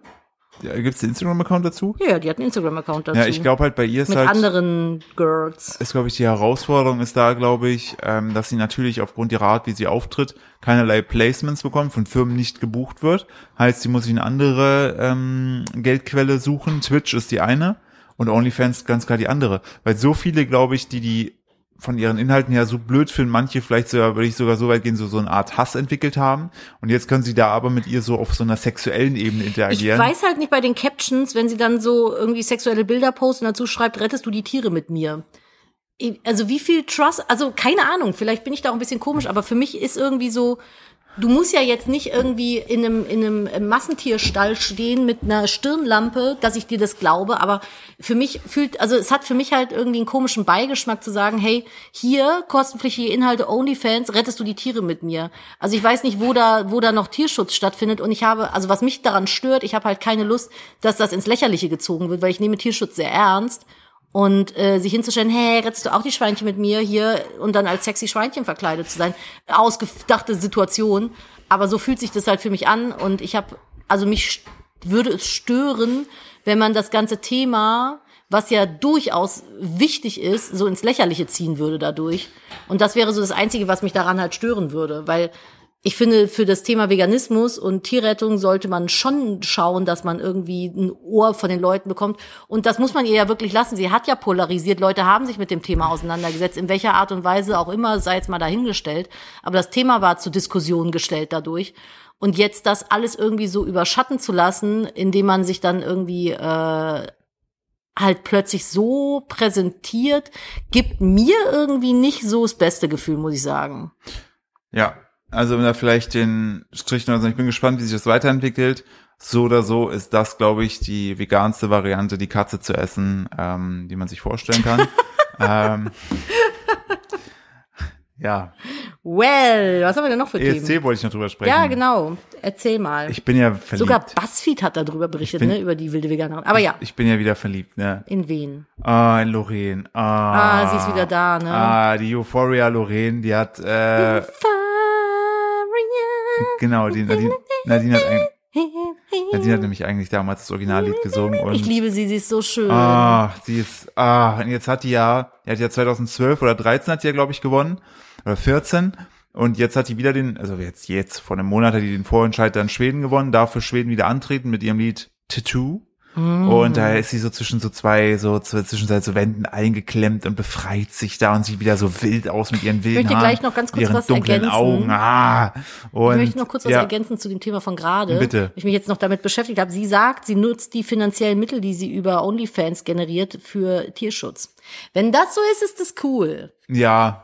A: Ja, Äh, Gibt's den Instagram-Account dazu?
B: Ja, die hat einen Instagram-Account dazu
A: Ja, ich glaube halt bei ihr ist
B: mit
A: halt.
B: anderen Girls.
A: ist, glaube ich, die Herausforderung ist da, glaube ich, ähm, dass sie natürlich aufgrund ihrer Art, wie sie auftritt, keinerlei Placements bekommt, von Firmen nicht gebucht wird. Heißt, sie muss sich eine andere ähm, Geldquelle suchen. Twitch ist die eine und OnlyFans ganz klar die andere. Weil so viele, glaube ich, die die von ihren Inhalten her so blöd finden, manche vielleicht sogar, würde ich sogar so weit gehen, so, so eine Art Hass entwickelt haben. Und jetzt können sie da aber mit ihr so auf so einer sexuellen Ebene
B: Ich
A: interagieren.
B: weiß halt nicht bei den Captions, wenn sie dann so irgendwie sexuelle Bilder postet und dazu schreibt, rettest du die Tiere mit mir. Ich- Also wie viel Trust, also keine Ahnung, vielleicht bin ich da auch ein bisschen komisch, aber für mich ist irgendwie so, du musst ja jetzt nicht irgendwie in einem, in einem Massentierstall stehen mit einer Stirnlampe, dass ich dir das glaube, aber für mich fühlt, also es hat für mich halt irgendwie einen komischen Beigeschmack zu sagen, hey, hier kostenpflichtige Inhalte OnlyFans, rettest du die Tiere mit mir. Also ich weiß nicht, wo da, wo da noch Tierschutz stattfindet und ich habe, also was mich daran stört, ich habe halt keine Lust, dass das ins Lächerliche gezogen wird, weil ich nehme Tierschutz sehr ernst und äh, sich hinzustellen, hey, rettest du auch die Schweinchen mit mir hier und dann als sexy Schweinchen verkleidet zu sein. Ausgedachte Situation. Aber so fühlt sich das halt für mich an und ich habe, also mich st- würde es stören, wenn man das ganze Thema, was ja durchaus wichtig ist, so ins Lächerliche ziehen würde dadurch. Und das wäre so das Einzige, was mich daran halt stören würde, weil ich finde, für das Thema Veganismus und Tierrettung sollte man schon schauen, dass man irgendwie ein Ohr von den Leuten bekommt. Und das muss man ihr ja wirklich lassen. Sie hat ja polarisiert. Leute haben sich mit dem Thema auseinandergesetzt. In welcher Art und Weise auch immer, sei jetzt mal dahingestellt. Aber das Thema war zur Diskussion gestellt dadurch. Und jetzt das alles irgendwie so überschatten zu lassen, indem man sich dann irgendwie äh, halt plötzlich so präsentiert, gibt mir irgendwie nicht so das beste Gefühl, muss ich sagen.
A: Ja, also wenn da vielleicht den Strich noch, ich bin gespannt, wie sich das weiterentwickelt. So oder so ist das, glaube ich, die veganste Variante, die Katze zu essen, ähm, die man sich vorstellen
B: *laughs*
A: kann. ähm, ja,
B: Well, was haben wir denn noch für Themen?
A: ESC wollte ich noch drüber sprechen.
B: Ja, genau. Erzähl mal.
A: Ich bin ja verliebt.
B: Sogar Buzzfeed hat darüber berichtet,
A: bin-
B: ne, über die wilde Veganerin. Aber ja,
A: ich bin ja wieder verliebt, ne?
B: in Wien.
A: Ah, in Lorraine. Ah,
B: Ah, sie ist wieder da, ne?
A: Ah, die Euphoria Lorraine, die hat,
B: *laughs*
A: äh, genau, die Nadine, Nadine, hat, ein- Nadine hat nämlich eigentlich damals das Originallied gesungen. Und
B: Ich liebe sie, sie ist so schön.
A: Ah, sie ist, ah, und jetzt hat die ja, die hat ja 2012 oder 13 hat die ja, glaube ich, gewonnen. Oder 14. Und jetzt hat die wieder den, also jetzt, jetzt, vor einem Monat hat die den Vorentscheid dann Schweden gewonnen, darf für Schweden wieder antreten mit ihrem Lied Tattoo.
B: Mm.
A: Und da ist sie so zwischen so zwei, so zw- zwischen so Wänden eingeklemmt und befreit sich da und sieht wieder so wild aus mit ihren wilden
B: möchte
A: Haaren.
B: gleich noch ganz kurz
A: ihren
B: was
A: dunklen
B: ergänzen.
A: Augen. Ah, und,
B: ich möchte noch kurz was
A: ja,
B: ergänzen zu dem Thema von gerade.
A: Bitte.
B: Ich mich jetzt noch damit beschäftigt habe. Sie sagt, sie nutzt die finanziellen Mittel, die sie über OnlyFans generiert, für Tierschutz. Wenn das so ist, ist das cool.
A: Ja,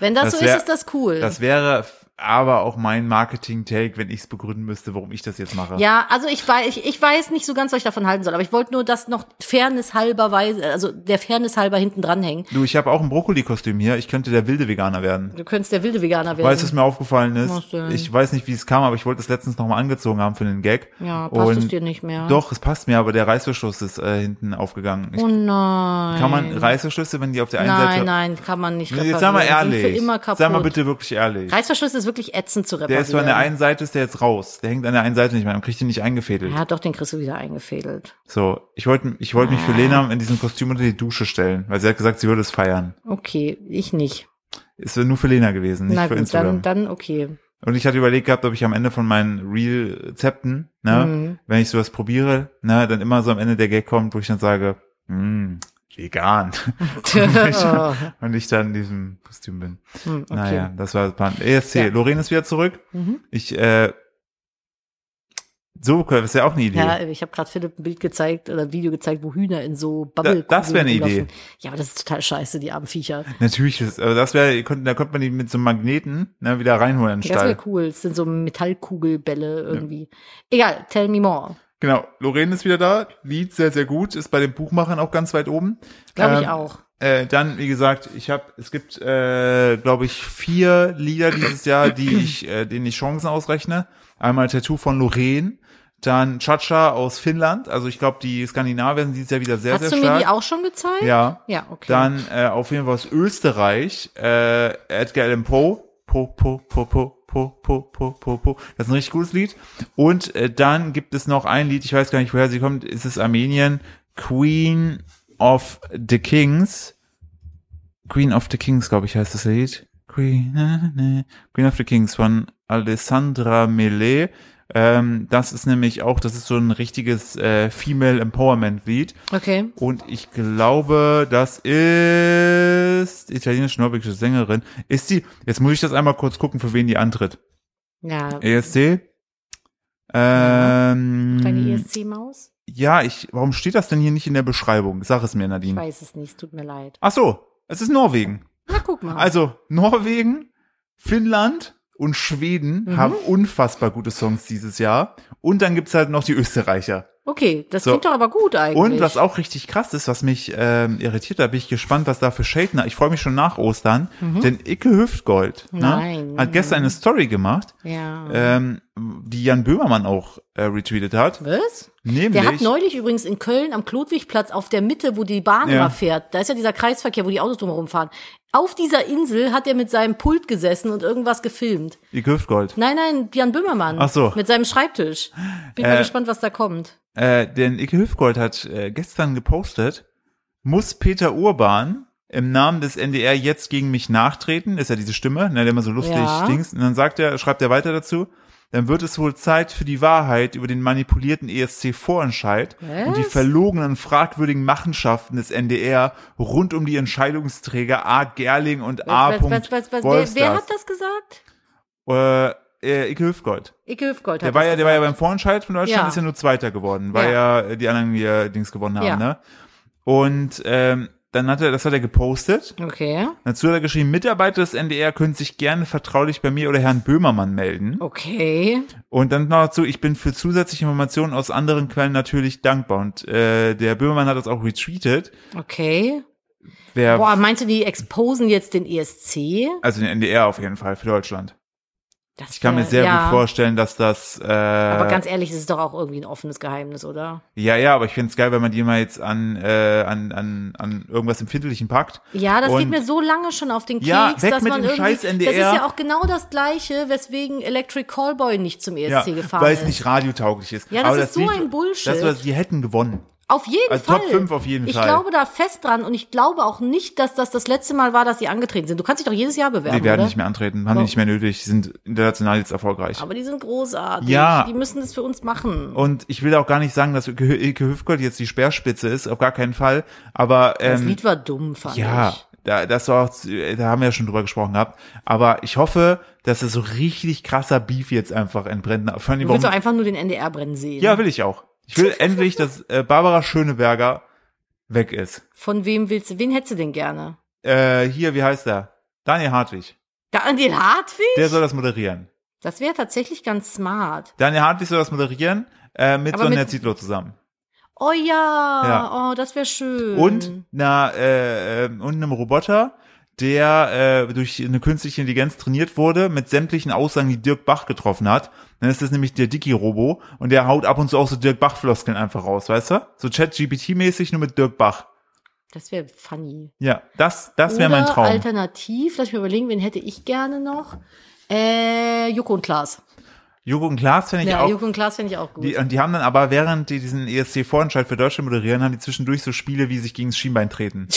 B: Wenn das,
A: Das
B: so
A: wär-
B: ist, ist das cool.
A: das wäre f- aber auch mein Marketing-Take, wenn ich es begründen müsste, warum ich das jetzt mache.
B: Ja, also ich weiß, ich, ich weiß nicht so ganz, was ich davon halten soll, aber ich wollte nur das noch Fairness halber, weise- also der Fairness halber hinten dranhängen.
A: Du, ich habe auch ein Brokkoli-Kostüm hier. Ich könnte der wilde Veganer werden.
B: Du könntest der wilde Veganer werden.
A: Weißt du, was mir aufgefallen
B: Was
A: ist?
B: denn?
A: Ich weiß nicht, wie es kam, aber ich wollte es letztens nochmal angezogen haben für den Gag.
B: ja, passt es
A: Und
B: dir nicht mehr.
A: Doch, es passt mir, aber der Reißverschluss ist äh, hinten aufgegangen. Ich,
B: Oh nein.
A: kann man Reißverschlüsse, wenn die auf der einen
B: Nein,
A: Seite...
B: nein, kann man nicht reparieren.
A: Jetzt sag mal
B: Die Sind für
A: ehrlich.
B: immer kaputt.
A: Sag mal bitte wirklich ehrlich.
B: Reißverschluss ist wirklich ätzend zu reparieren.
A: Der ist so an der einen Seite, ist der jetzt raus. Der hängt an der einen Seite nicht mehr. Man kriegt ihn nicht eingefädelt.
B: ja, doch, den kriegst du wieder eingefädelt.
A: So, ich wollte ich wollte mich für Lena in diesem Kostüm unter die Dusche stellen, weil sie hat gesagt, sie würde es feiern.
B: Okay, ich nicht.
A: Ist nur für Lena gewesen, nicht
B: Na
A: für
B: gut,
A: Instagram.
B: dann, dann okay.
A: Und ich hatte überlegt gehabt, ob ich am Ende von meinen Real-Rezepten, *laughs*
B: Mhm. *laughs*
A: ne, wenn ich sowas probiere, ne, dann immer so am Ende der Gag kommt, wo ich dann sage, "Mm, vegan. *laughs* und, ich, und ich dann in diesem Kostüm bin.
B: Hm, okay.
A: Naja, das E war spannend. ESC,
B: Ja.
A: Lorene ist wieder zurück.
B: Mhm.
A: Ich, äh, so, das ist ja auch eine Idee.
B: Ja, ich habe gerade Philipp ein Bild gezeigt oder ein Video gezeigt, wo Hühner in so Bubble
A: das wäre eine Idee.
B: Ja, aber das ist total scheiße, die armen Viecher.
A: Natürlich, das, aber das wäre, ihr könnt- da könnte man die mit so einem Magneten ne, wieder reinholen in den
B: Ja, Das
A: Stall.
B: wäre cool. Das sind so Metallkugelbälle irgendwie. Egal, tell me more.
A: Genau, Lorene ist wieder da, Lied sehr, sehr gut, ist bei den Buchmachern auch ganz weit oben.
B: Glaube ich
A: Ähm,
B: auch.
A: Äh, dann, wie gesagt, ich habe, es gibt, äh, glaube ich, vier Lieder dieses Jahr,
B: *clears throat*
A: die ich, äh, denen ich Chancen ausrechne. Einmal Tattoo von Lorraine, dann Chacha aus Finnland. Also ich glaube, die Skandinavier sind dieses Jahr wieder sehr,
B: Hast
A: sehr
B: du mir
A: stark.
B: die auch schon gezeigt?
A: ja.
B: Ja, okay.
A: Dann äh, auf jeden Fall aus Österreich, äh, Edgar Allan Poe. Po, po, po, po, po, po, po, po, po. Das ist ein richtig gutes Lied. Und äh, dann gibt es noch ein Lied, ich weiß gar nicht, woher sie kommt. Ist es Armenien? Queen of the Kings. Queen of the Kings, glaube ich, heißt das Lied. Queen, na, na, Queen of the Kings von Alessandra Millet. Ähm, das ist nämlich auch, das ist so ein richtiges äh, Female Empowerment Lied.
B: okay.
A: Und ich glaube, das ist italienisch-norwegische Sängerin. Ist die, jetzt muss ich das einmal kurz gucken, für wen die antritt.
B: Ja,
A: ESC?
B: Ja.
A: Ähm,
B: kleine ESC-Maus?
A: ja, ich, warum steht das denn hier nicht in der Beschreibung? Sag es mir,
B: Ich
A: Nadine.
B: weiß es nicht, tut mir leid.
A: Ach so, es ist Norwegen.
B: Na, guck mal.
A: Also, Norwegen, Finnland und Schweden
B: Mhm.
A: haben unfassbar gute Songs dieses Jahr. Und dann gibt's halt noch die Österreicher.
B: okay, das
A: so.
B: klingt doch aber gut eigentlich.
A: Und was auch richtig krass ist, was mich ähm, irritiert, da bin ich gespannt, was da für Shade nach. Ich freue mich schon nach Ostern, denn Icke Hüftgold
B: Mhm. Nein. Mhm.
A: ne, hat gestern eine Story gemacht,
B: Ja.
A: ähm, die Jan Böhmermann auch äh, retweetet hat.
B: was?
A: Nämlich,
B: Der hat neulich übrigens in Köln am Klodwigplatz auf der Mitte, wo die Bahn
A: Ja.
B: immer fährt, da ist ja dieser Kreisverkehr, wo die Autos drumherum fahren. Auf dieser Insel hat er mit seinem Pult gesessen und irgendwas gefilmt.
A: Icke Hüftgold,
B: Nein, nein, Björn Böhmermann.
A: Ach so.
B: Mit seinem Schreibtisch. Bin mal
A: Äh.
B: gespannt, was da kommt.
A: äh, denn Icke Hüftgold hat äh, gestern gepostet, muss Peter Urban im Namen des NDR jetzt gegen mich nachtreten, ist ja diese Stimme, ne, der immer so lustig
B: Ja.
A: dings, und dann sagt er, schreibt er weiter dazu, dann wird es wohl Zeit für die Wahrheit über den manipulierten E ESC-Vorentscheid und die
B: Was?
A: verlogenen, fragwürdigen Machenschaften des NDR rund um die Entscheidungsträger A. Gerling und A.
B: Was, was, was, was, wer, wer hat das gesagt?
A: das? Äh, Icke Hüftgold.
B: Ike Hüfgold hat
A: Der war
B: das
A: ja, der war
B: gesagt.
A: ja beim Vorentscheid von Deutschland,
B: Ja.
A: ist ja nur Zweiter geworden, weil ja,
B: Ja.
A: äh, die anderen hier Dings gewonnen haben,
B: Ja.
A: ne? Und ähm, dann hat er, das hat er gepostet.
B: Okay,
A: Dazu hat er geschrieben, Mitarbeiter des NDR können sich gerne vertraulich bei mir oder Herrn Böhmermann melden.
B: okay.
A: Und dann noch dazu, ich bin für zusätzliche Informationen aus anderen Quellen natürlich dankbar. Und äh, der Böhmermann hat das auch retweetet.
B: Okay.
A: Wer,
B: Boah, meinst du, die exposen jetzt den E ESC?
A: also den NDR auf jeden Fall für Deutschland.
B: Das
A: Ich kann mir
B: wär-
A: sehr
B: Äh, ja.
A: gut vorstellen, dass das. Äh,
B: Aber ganz ehrlich, es ist doch auch irgendwie ein offenes Geheimnis, oder?
A: Ja, ja, aber ich find's geil, wenn man die mal jetzt an, äh, an, an, an irgendwas Empfindlichen packt.
B: Ja, das geht
A: Und-
B: mir so lange schon auf den Keks,
A: Ja, weg
B: dass
A: mit
B: man
A: dem
B: irgendwie.
A: scheiß NDR.
B: Das ist ja auch genau das Gleiche, weswegen Electric Callboy nicht zum ESC
A: Ja,
B: gefahren
A: weil
B: ist.
A: es nicht radiotauglich ist.
B: Ja, das
A: aber
B: ist so
A: Lied-
B: ein Bullshit.
A: Das, was die hätten gewonnen.
B: Auf jeden
A: Also
B: Fall.
A: Top 5 auf jeden
B: ich
A: Fall.
B: Ich glaube da fest dran und ich glaube auch nicht, dass das das letzte Mal war, dass sie angetreten sind. Du kannst dich doch jedes Jahr bewerben,
A: Die werden
B: oder?
A: nicht mehr antreten, haben die
B: Warum?
A: nicht mehr nötig, die sind international jetzt erfolgreich.
B: Aber die sind großartig.
A: Ja.
B: Die müssen das für uns machen.
A: und ich will auch gar nicht sagen, dass Ilke Ilke Hüfgold jetzt die Speerspitze ist, auf gar keinen Fall. Aber
B: das
A: ähm,
B: Lied war dumm, fand
A: ja,
B: ich.
A: da, das war auch, zu- da haben wir ja schon drüber gesprochen gehabt. Aber ich hoffe, dass es so richtig krasser Beef jetzt einfach entbrennt. Vor allem,
B: Du
A: warum-
B: willst doch einfach nur den NDR brennen sehen.
A: Ja, will ich auch. Ich
B: *laughs*
A: will endlich, dass äh, Barbara Schöneberger weg ist.
B: Von wem willst du, wen hättest du denn gerne?
A: Äh, hier, wie heißt er? Daniel Hartwig.
B: Daniel Hartwig?
A: Der soll das moderieren.
B: Das wäre tatsächlich ganz smart.
A: Daniel Hartwig soll das moderieren äh, mit
B: Aber
A: Sonja
B: mit-
A: Zietlow zusammen.
B: Oh ja,
A: Ja.
B: oh, das wäre schön.
A: Und, na, äh, äh, und einem Roboter, der äh, durch eine künstliche Intelligenz trainiert wurde, mit sämtlichen Aussagen, die Dirk Bach getroffen hat. Dann ist das nämlich der Dicky-Robo und der haut ab und zu auch so Dirk Bach-Floskeln einfach raus, weißt du? So Chat-GPT-mäßig, nur mit Dirk Bach.
B: Das wäre funny.
A: Ja, das, das wäre
B: Oder
A: mein Traum.
B: Alternativ, lass mich überlegen, wen hätte ich gerne noch? Äh, Joko und Klaas.
A: Joko und Klaas finde ich
B: Ja,
A: auch
B: Joko und Klaas finde ich auch gut.
A: Die, und die haben dann aber, während die diesen ESC-Vorentscheid für Deutschland moderieren, haben die zwischendurch so Spiele, wie sich gegen das Schienbein
B: *laughs*
A: treten.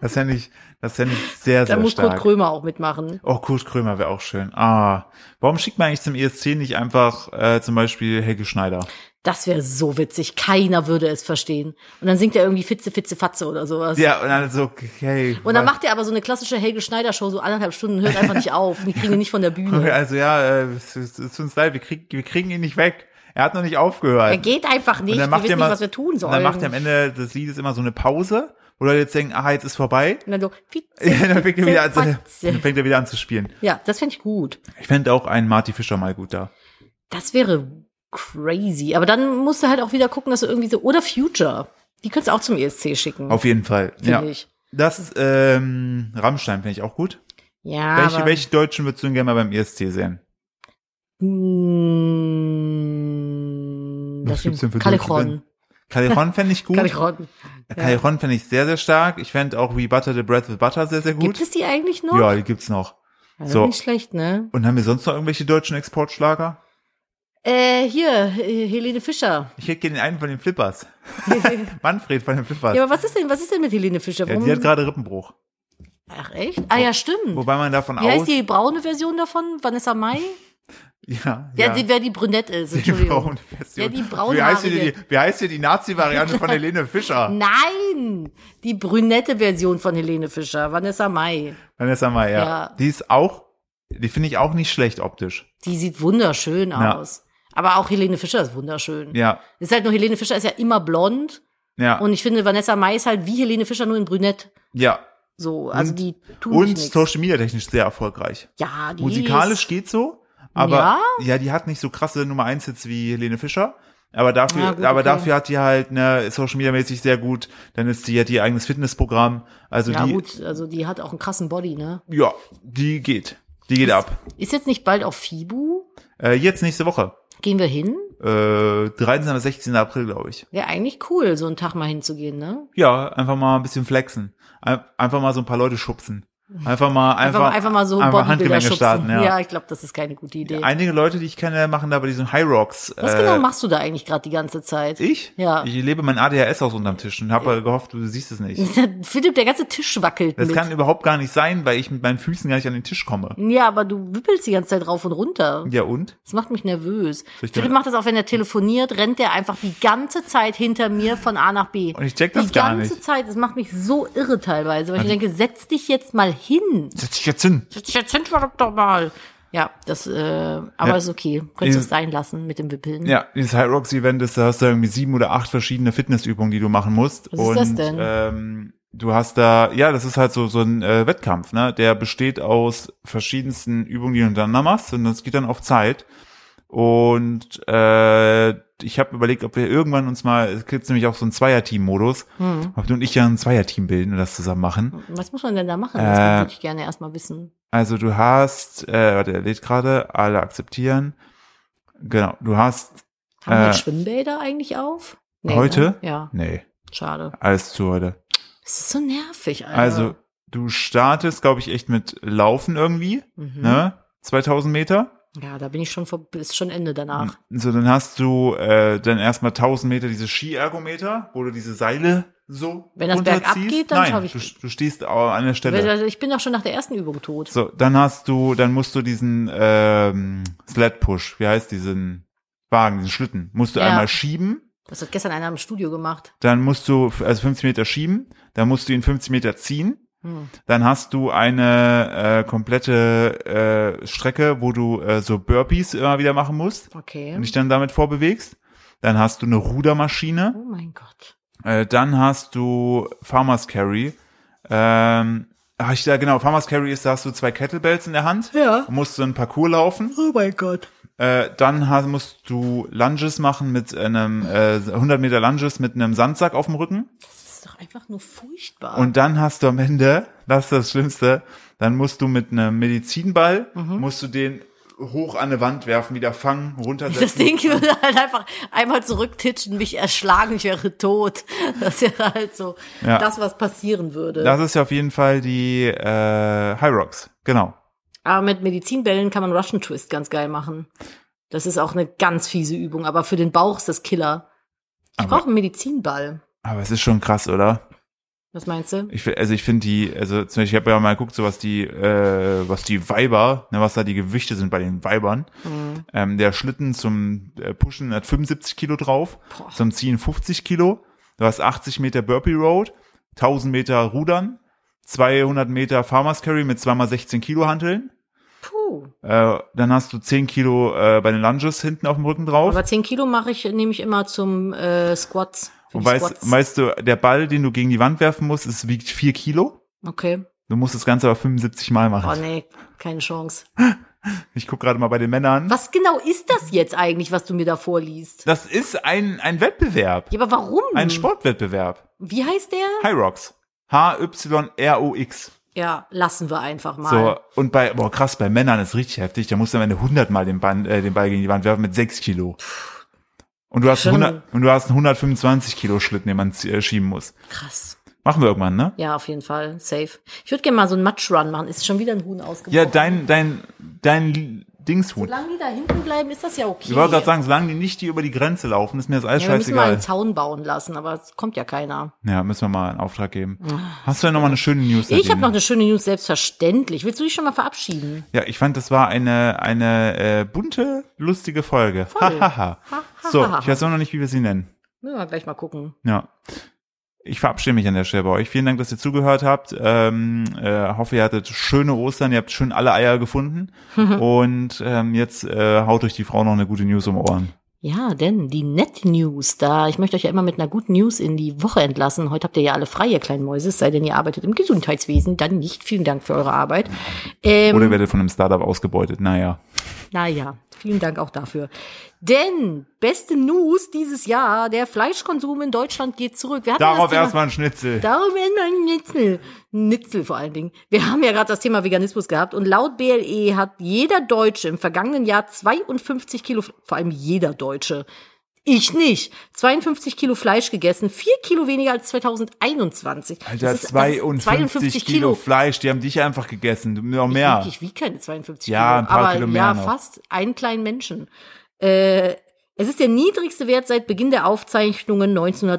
A: das fände ich, das fände ich sehr,
B: da
A: sehr
B: muss Kurt
A: stark.
B: Krömer auch mitmachen.
A: oh, Kurt Krömer E wäre auch schön. Ah, warum schickt man eigentlich zum ESC nicht einfach äh, zum Beispiel Helge Schneider?
B: Das wäre so witzig. Keiner würde es verstehen. Und dann singt er irgendwie Fitze, Fitze, Fatze oder sowas.
A: Ja, und also, dann so, okay.
B: Und dann macht er aber so eine klassische Helge Schneider Show, so anderthalb Stunden, hört einfach nicht auf. Die kriegen ihn nicht von der Bühne.
A: *laughs* Also ja, äh, es ist- es tut uns leid, wir, krieg, wir kriegen ihn nicht weg. Er hat noch nicht aufgehört.
B: Er geht einfach nicht.
A: Und
B: Wir
A: dann macht
B: wissen
A: er mal,
B: nicht, was wir tun sollen.
A: Und dann macht er am Ende des Liedes immer so eine Pause, wo Leute jetzt denken, ah, jetzt ist vorbei.
B: Und dann so, Fitze,
A: *laughs* Ja, dann, fängt er
B: Fitze,
A: wieder an, zu- dann
B: Fatze.
A: fängt er wieder an zu spielen.
B: Ja, das fände ich gut.
A: Ich fände auch einen Marty Fischer mal gut da.
B: Das wäre crazy. Aber dann musst du halt auch wieder gucken, dass du irgendwie so, oder Future. Die könntest du auch zum ESC schicken.
A: Auf jeden Fall.
B: finde
A: Ja.
B: ich.
A: Das ist ähm, Rammstein, finde ich auch gut.
B: Ja,
A: Welche,
B: aber,
A: welche Deutschen würdest du denn gerne mal beim ESC sehen?
B: Mm,
A: Was
B: das
A: gibt's denn für
B: Calichon.
A: Deutsche Calderon fände
B: *laughs*
A: ich gut.
B: Calichon.
A: Calderon fände ich sehr, sehr stark. Ich fände auch We Butter the Bread with Butter sehr, sehr gut.
B: Gibt es die eigentlich noch?
A: ja, die gibt's noch.
B: Also
A: so.
B: Nicht schlecht, ne?
A: Und haben wir sonst noch irgendwelche deutschen Exportschlager?
B: Äh, hier, äh, Helene Fischer.
A: Ich hätte gerne einen von den
B: *laughs*
A: Flippers. Manfred von den Flippers.
B: Ja, aber was ist denn, was ist denn mit Helene Fischer?
A: Ja,
B: Warum?
A: die hat gerade Rippenbruch.
B: Ach echt? Ah ja, stimmt.
A: Wobei man davon
B: Wie
A: aus...
B: heißt die braune Version davon? Vanessa Mai?
A: Ja,
B: Ja,
A: ja.
B: die, wer die brünett ist,
A: Die
B: Entschuldigung.
A: braune Version.
B: Ja, die
A: wie heißt hier die,
B: braunhaarige.
A: wie heißt hier die Nazi-Variante
B: *laughs*
A: von Helene Fischer?
B: Nein! Die brünette Version von Helene Fischer, Vanessa Mai.
A: Vanessa Mai, ja.
B: Ja.
A: Die ist auch, die finde ich auch nicht schlecht optisch.
B: Die sieht wunderschön
A: Ja.
B: aus. Aber auch Helene Fischer ist wunderschön.
A: Ja,
B: Ist halt nur Helene Fischer ist ja immer blond.
A: ja,
B: Und ich finde, Vanessa Mai ist halt wie Helene Fischer nur in Brünett.
A: ja.
B: So, also die tun sich
A: Und
B: nix.
A: Social Media technisch sehr erfolgreich.
B: Ja, die
A: Musikalisch
B: ist,
A: geht so, aber
B: Ja?
A: ja? die hat nicht so krasse Nummer 1 Hits wie Helene Fischer. Aber dafür,
B: Ja, gut,
A: aber
B: okay.
A: dafür hat die halt ne Social Media mäßig sehr gut. Dann ist die hat ihr eigenes Fitnessprogramm. Also
B: ja
A: die,
B: gut, also die hat auch einen krassen Body, ne?
A: ja, die geht, die geht ab.
B: Ist jetzt nicht bald auch Fibu?
A: Äh, jetzt nächste Woche,
B: Gehen wir hin?
A: äh, 13. bis 16. April, glaube ich.
B: Wäre eigentlich cool, so einen Tag mal hinzugehen, ne?
A: Ja, einfach mal ein bisschen flexen. Ein- Einfach mal so ein paar Leute schubsen. Einfach mal,
B: Einfach,
A: einfach,
B: mal- einfach mal so
A: einfach
B: Bodybuilder
A: Handgemenge
B: schubsen.
A: starten, ja.
B: ich glaube, das ist keine gute Idee.
A: Einige Leute, die ich kenne, machen da bei diesen High Rocks. äh,
B: Was genau machst du da eigentlich gerade die ganze Zeit?
A: Ich?
B: Ja.
A: Ich lebe mein ADHS aus unterm Tisch und habe gehofft, du siehst es
B: *laughs*
A: nicht.
B: *laughs* Philipp, der ganze Tisch wackelt
A: Das
B: mit.
A: kann überhaupt gar nicht sein, weil ich mit meinen Füßen gar nicht an den Tisch komme.
B: ja, aber du wippelst die ganze Zeit rauf und runter.
A: Ja und?
B: Das macht mich nervös.
A: ich
B: Philipp
A: damit-
B: macht das auch, wenn er telefoniert, rennt er einfach die ganze Zeit hinter mir von A nach B.
A: Und ich check das
B: die
A: gar
B: ganze
A: nicht.
B: Zeit, das macht mich so irre teilweise, weil ich denke, setz dich jetzt mal hin.
A: Setz dich jetzt hin.
B: Setz dich jetzt hin, verdammt doch mal. Ja, das, äh, aber ist okay. Könntest du es sein lassen mit dem Wippeln.
A: Ja, dieses High Rocks Event ist, da hast du irgendwie sieben oder acht verschiedene Fitnessübungen, die du machen musst.
B: Was ist
A: und,
B: das denn?
A: Ähm, du hast da, ja, das ist halt so, so ein äh, Wettkampf, ne? Der besteht aus verschiedensten Übungen, die du miteinander machst und das geht dann auf Zeit. Und äh, ich habe überlegt, ob wir irgendwann uns mal, es gibt nämlich auch so einen Zweierteam-Modus, ob du und ich ja ein Zweierteam bilden und das zusammen machen.
B: Hm. Was muss man denn da machen? Das
A: Äh,
B: würde ich gerne erstmal wissen.
A: Also du hast, äh, warte, er lädt gerade, alle akzeptieren. Genau, du hast,
B: Haben
A: äh,
B: halt Schwimmbäder eigentlich auf? Nee,
A: heute?
B: Ne? Ja,
A: nee,
B: schade.
A: alles zu heute.
B: Es ist so nervig, Alter.
A: Also, du startest, glaube ich, echt mit Laufen irgendwie,
B: Mhm.
A: ne? 2000 Meter.
B: Ja, da bin ich schon vor, ist schon Ende danach.
A: So, dann hast du äh, dann erstmal 1000 Meter diese Skiergometer, wo du diese Seile so
B: Wenn das
A: runterziehst.
B: bergab geht, dann
A: Nein,
B: schaff ich-
A: Du, du stehst au- an der Stelle.
B: Also ich bin doch schon nach der ersten Übung tot.
A: So, dann hast du, dann musst du diesen ähm, Sled Push, wie heißt diesen Wagen, diesen Schlitten, musst du
B: Ja.
A: einmal schieben.
B: Das hat gestern einer im Studio gemacht.
A: Dann musst du, also 50 Meter schieben, dann musst du ihn 50 Meter ziehen.
B: Hm.
A: dann hast du eine äh, komplette äh, Strecke, wo du äh, so Burpees immer wieder machen musst
B: Okay.
A: und dich dann damit vorbewegst. Dann hast du eine Rudermaschine.
B: Oh mein Gott.
A: Äh, dann hast du Farmer's Carry. Ähm, ach, ich, ja, genau, Farmer's Carry ist, da hast du zwei Kettlebells in der Hand.
B: Ja.
A: Musst du einen Parcours laufen.
B: Oh mein Gott.
A: Äh, dann hast, musst du Lunges machen mit einem, äh, 100 Meter Lunges mit einem Sandsack auf dem Rücken.
B: Das ist doch einfach nur furchtbar.
A: Und dann hast du am Ende, das ist das Schlimmste, dann musst du mit einem Medizinball,
B: Mhm.
A: musst du den hoch an eine Wand werfen, wieder fangen,
B: *laughs* das
A: runtersetzen.
B: Ding würde halt einfach einmal zurücktitschen, mich erschlagen, ich wäre tot. Das wäre halt so
A: Ja.
B: das, was passieren würde.
A: Das ist ja auf jeden Fall die äh, High Rocks, genau.
B: Aber Ah, mit Medizinbällen kann man Russian Twist ganz geil machen. Das ist auch eine ganz fiese Übung, aber für den Bauch ist das Killer. Ich
A: Aber-
B: brauche einen Medizinball.
A: Aber es ist schon krass, oder?
B: Was meinst du?
A: Ich, fi- also ich finde die, also zum Beispiel, ich habe ja mal geguckt, so was die, äh, was die Weiber, ne, was da die Gewichte sind bei den Weibern.
B: Mhm.
A: Ähm, der Schlitten zum äh, Pushen hat 75 Kilo drauf, zum Ziehen 50 Kilo. Du hast 80 Meter Burpee Road, 1000 Meter Rudern, 200 Meter Farmers Carry mit 2x16 Kilo Hanteln.
B: Puh.
A: Äh, dann hast du 10 Kilo äh, bei den Lunges hinten auf dem Rücken drauf.
B: Aber 10 Kilo mache ich, nehme ich immer zum äh, Squats. Für
A: Und
B: die
A: weißt,
B: Squats.
A: weißt du, der Ball, den du gegen die Wand werfen musst, es wiegt 4 Kilo.
B: okay.
A: Du musst das Ganze aber 75 Mal machen.
B: Oh nee, keine Chance.
A: Ich guck gerade mal bei den Männern.
B: Was genau ist das jetzt eigentlich, was du mir da vorliest?
A: Das ist ein, ein Wettbewerb.
B: Ja, aber warum?
A: Ein Sportwettbeweib.
B: Wie heißt der?
A: Hyrox. H-Y-R-O-X.
B: Ja, lassen wir einfach mal.
A: So, und bei, boah, krass, bei Männern ist richtig heftig. Da musst du am Ende 100 Mal den, Band, äh, den Ball gegen die Wand werfen mit 6 Kilo. Und du hast, einen
B: Schon.
A: 100, und du hast einen 125 Kilo Schlitten, den man z- äh, schieben muss.
B: Krass.
A: Machen wir irgendwann, ne?
B: Ja, auf jeden Fall. Safe. Ich würde gerne mal so einen Match-Run machen. Ist schon wieder ein Huhn ausgebrochen.
A: Ja, dein, dein, dein Dingshuhn.
B: Solange die da hinten bleiben, ist das ja okay.
A: Ich wollte gerade sagen, solange die nicht die über die Grenze laufen, ist mir das alles
B: ja, wir halt- müssen mal
A: scheißegal.
B: einen Zaun bauen lassen, aber es kommt ja keiner.
A: ja, müssen wir mal einen Auftrag geben. Hast du denn noch mal eine schöne News?
B: Ah. Ich habe
A: Nadine?
B: noch eine schöne News, selbstverständlich. Willst du dich schon mal verabschieden?
A: Ja, ich fand, das war eine, eine äh, bunte, lustige Folge.
B: Voll.
A: Hahaha.
B: Ha, ha,
A: so,
B: ha, ha.
A: ich weiß auch noch nicht, wie wir sie nennen.
B: Müssen wir gleich mal gucken.
A: Ja. Ich verabschiede mich an der Stelle bei euch. Vielen Dank, dass ihr zugehört habt. Ähm, äh, hoffe, ihr hattet schöne Ostern, ihr habt schön alle Eier
B: *laughs*
A: gefunden. Und ähm, jetzt äh, haut euch die Frau noch eine gute News um Ohren.
B: Ja, denn die Net News da. Ich möchte euch ja immer mit einer guten News in die Woche entlassen. Heute habt ihr ja alle frei, ihr kleinen Mäuse. Es sei denn, ihr arbeitet im Gesundheitswesen. Dann nicht. Vielen Dank für eure Arbeit. Ähm,
A: Oder werdet von einem Startup ausgebeutet. Naja.
B: Naja, vielen Dank auch dafür. Denn beste News dieses Jahr, der Fleischkonsum in Deutschland geht zurück. Wir hatten ja
A: Darauf
B: das Thema-
A: erstmal ein Schnitzel.
B: Darum erstmal ein Nitzel. Nitzel vor allen Dingen. Wir haben ja gerade das Thema Veganismus gehabt und laut BLE hat jeder Deutsche im vergangenen Jahr 52 Kilo, vor allem jeder Deutsche, ich nicht, 52 Kilo Fleisch gegessen, vier Kilo weniger als 2021.
A: Alter,
B: Das ist- das ist
A: 52, Kilo Fleisch, die haben dich einfach gegessen. Du- Noch mehr.
B: Ich, ich wiege keine 52
A: Ja,
B: Kilo,
A: ein paar
B: aber
A: Kilo mehr
B: ja,
A: noch.
B: fast einen kleinen Menschen. Äh, es ist der niedrigste Wert seit Beginn der Aufzeichnungen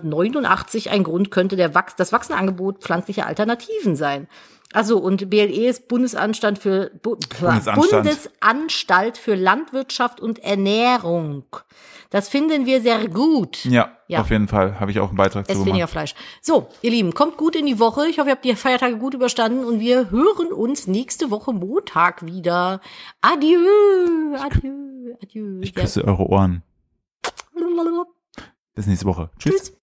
B: 1989. Ein Grund könnte der Wachs das wachsende Angebot pflanzlicher Alternativen sein. Also und BLE ist Bundesanstand für Bu
A: Bundesanstand.
B: Bundesanstalt für Landwirtschaft und Ernährung. Das finden wir sehr gut.
A: Ja,
B: Ja.
A: auf jeden Fall. Habe ich auch einen Beitrag zu
B: Esst
A: gemacht.
B: weniger Fleisch. So, ihr Lieben, kommt gut in die Woche. Ich hoffe, ihr habt die Feiertage gut überstanden und wir hören uns nächste Woche Montag wieder. Adieu, adieu, adieu.
A: Ich küsse eure Ohren. Bis nächste Woche. Tschüss.
B: Tschüss.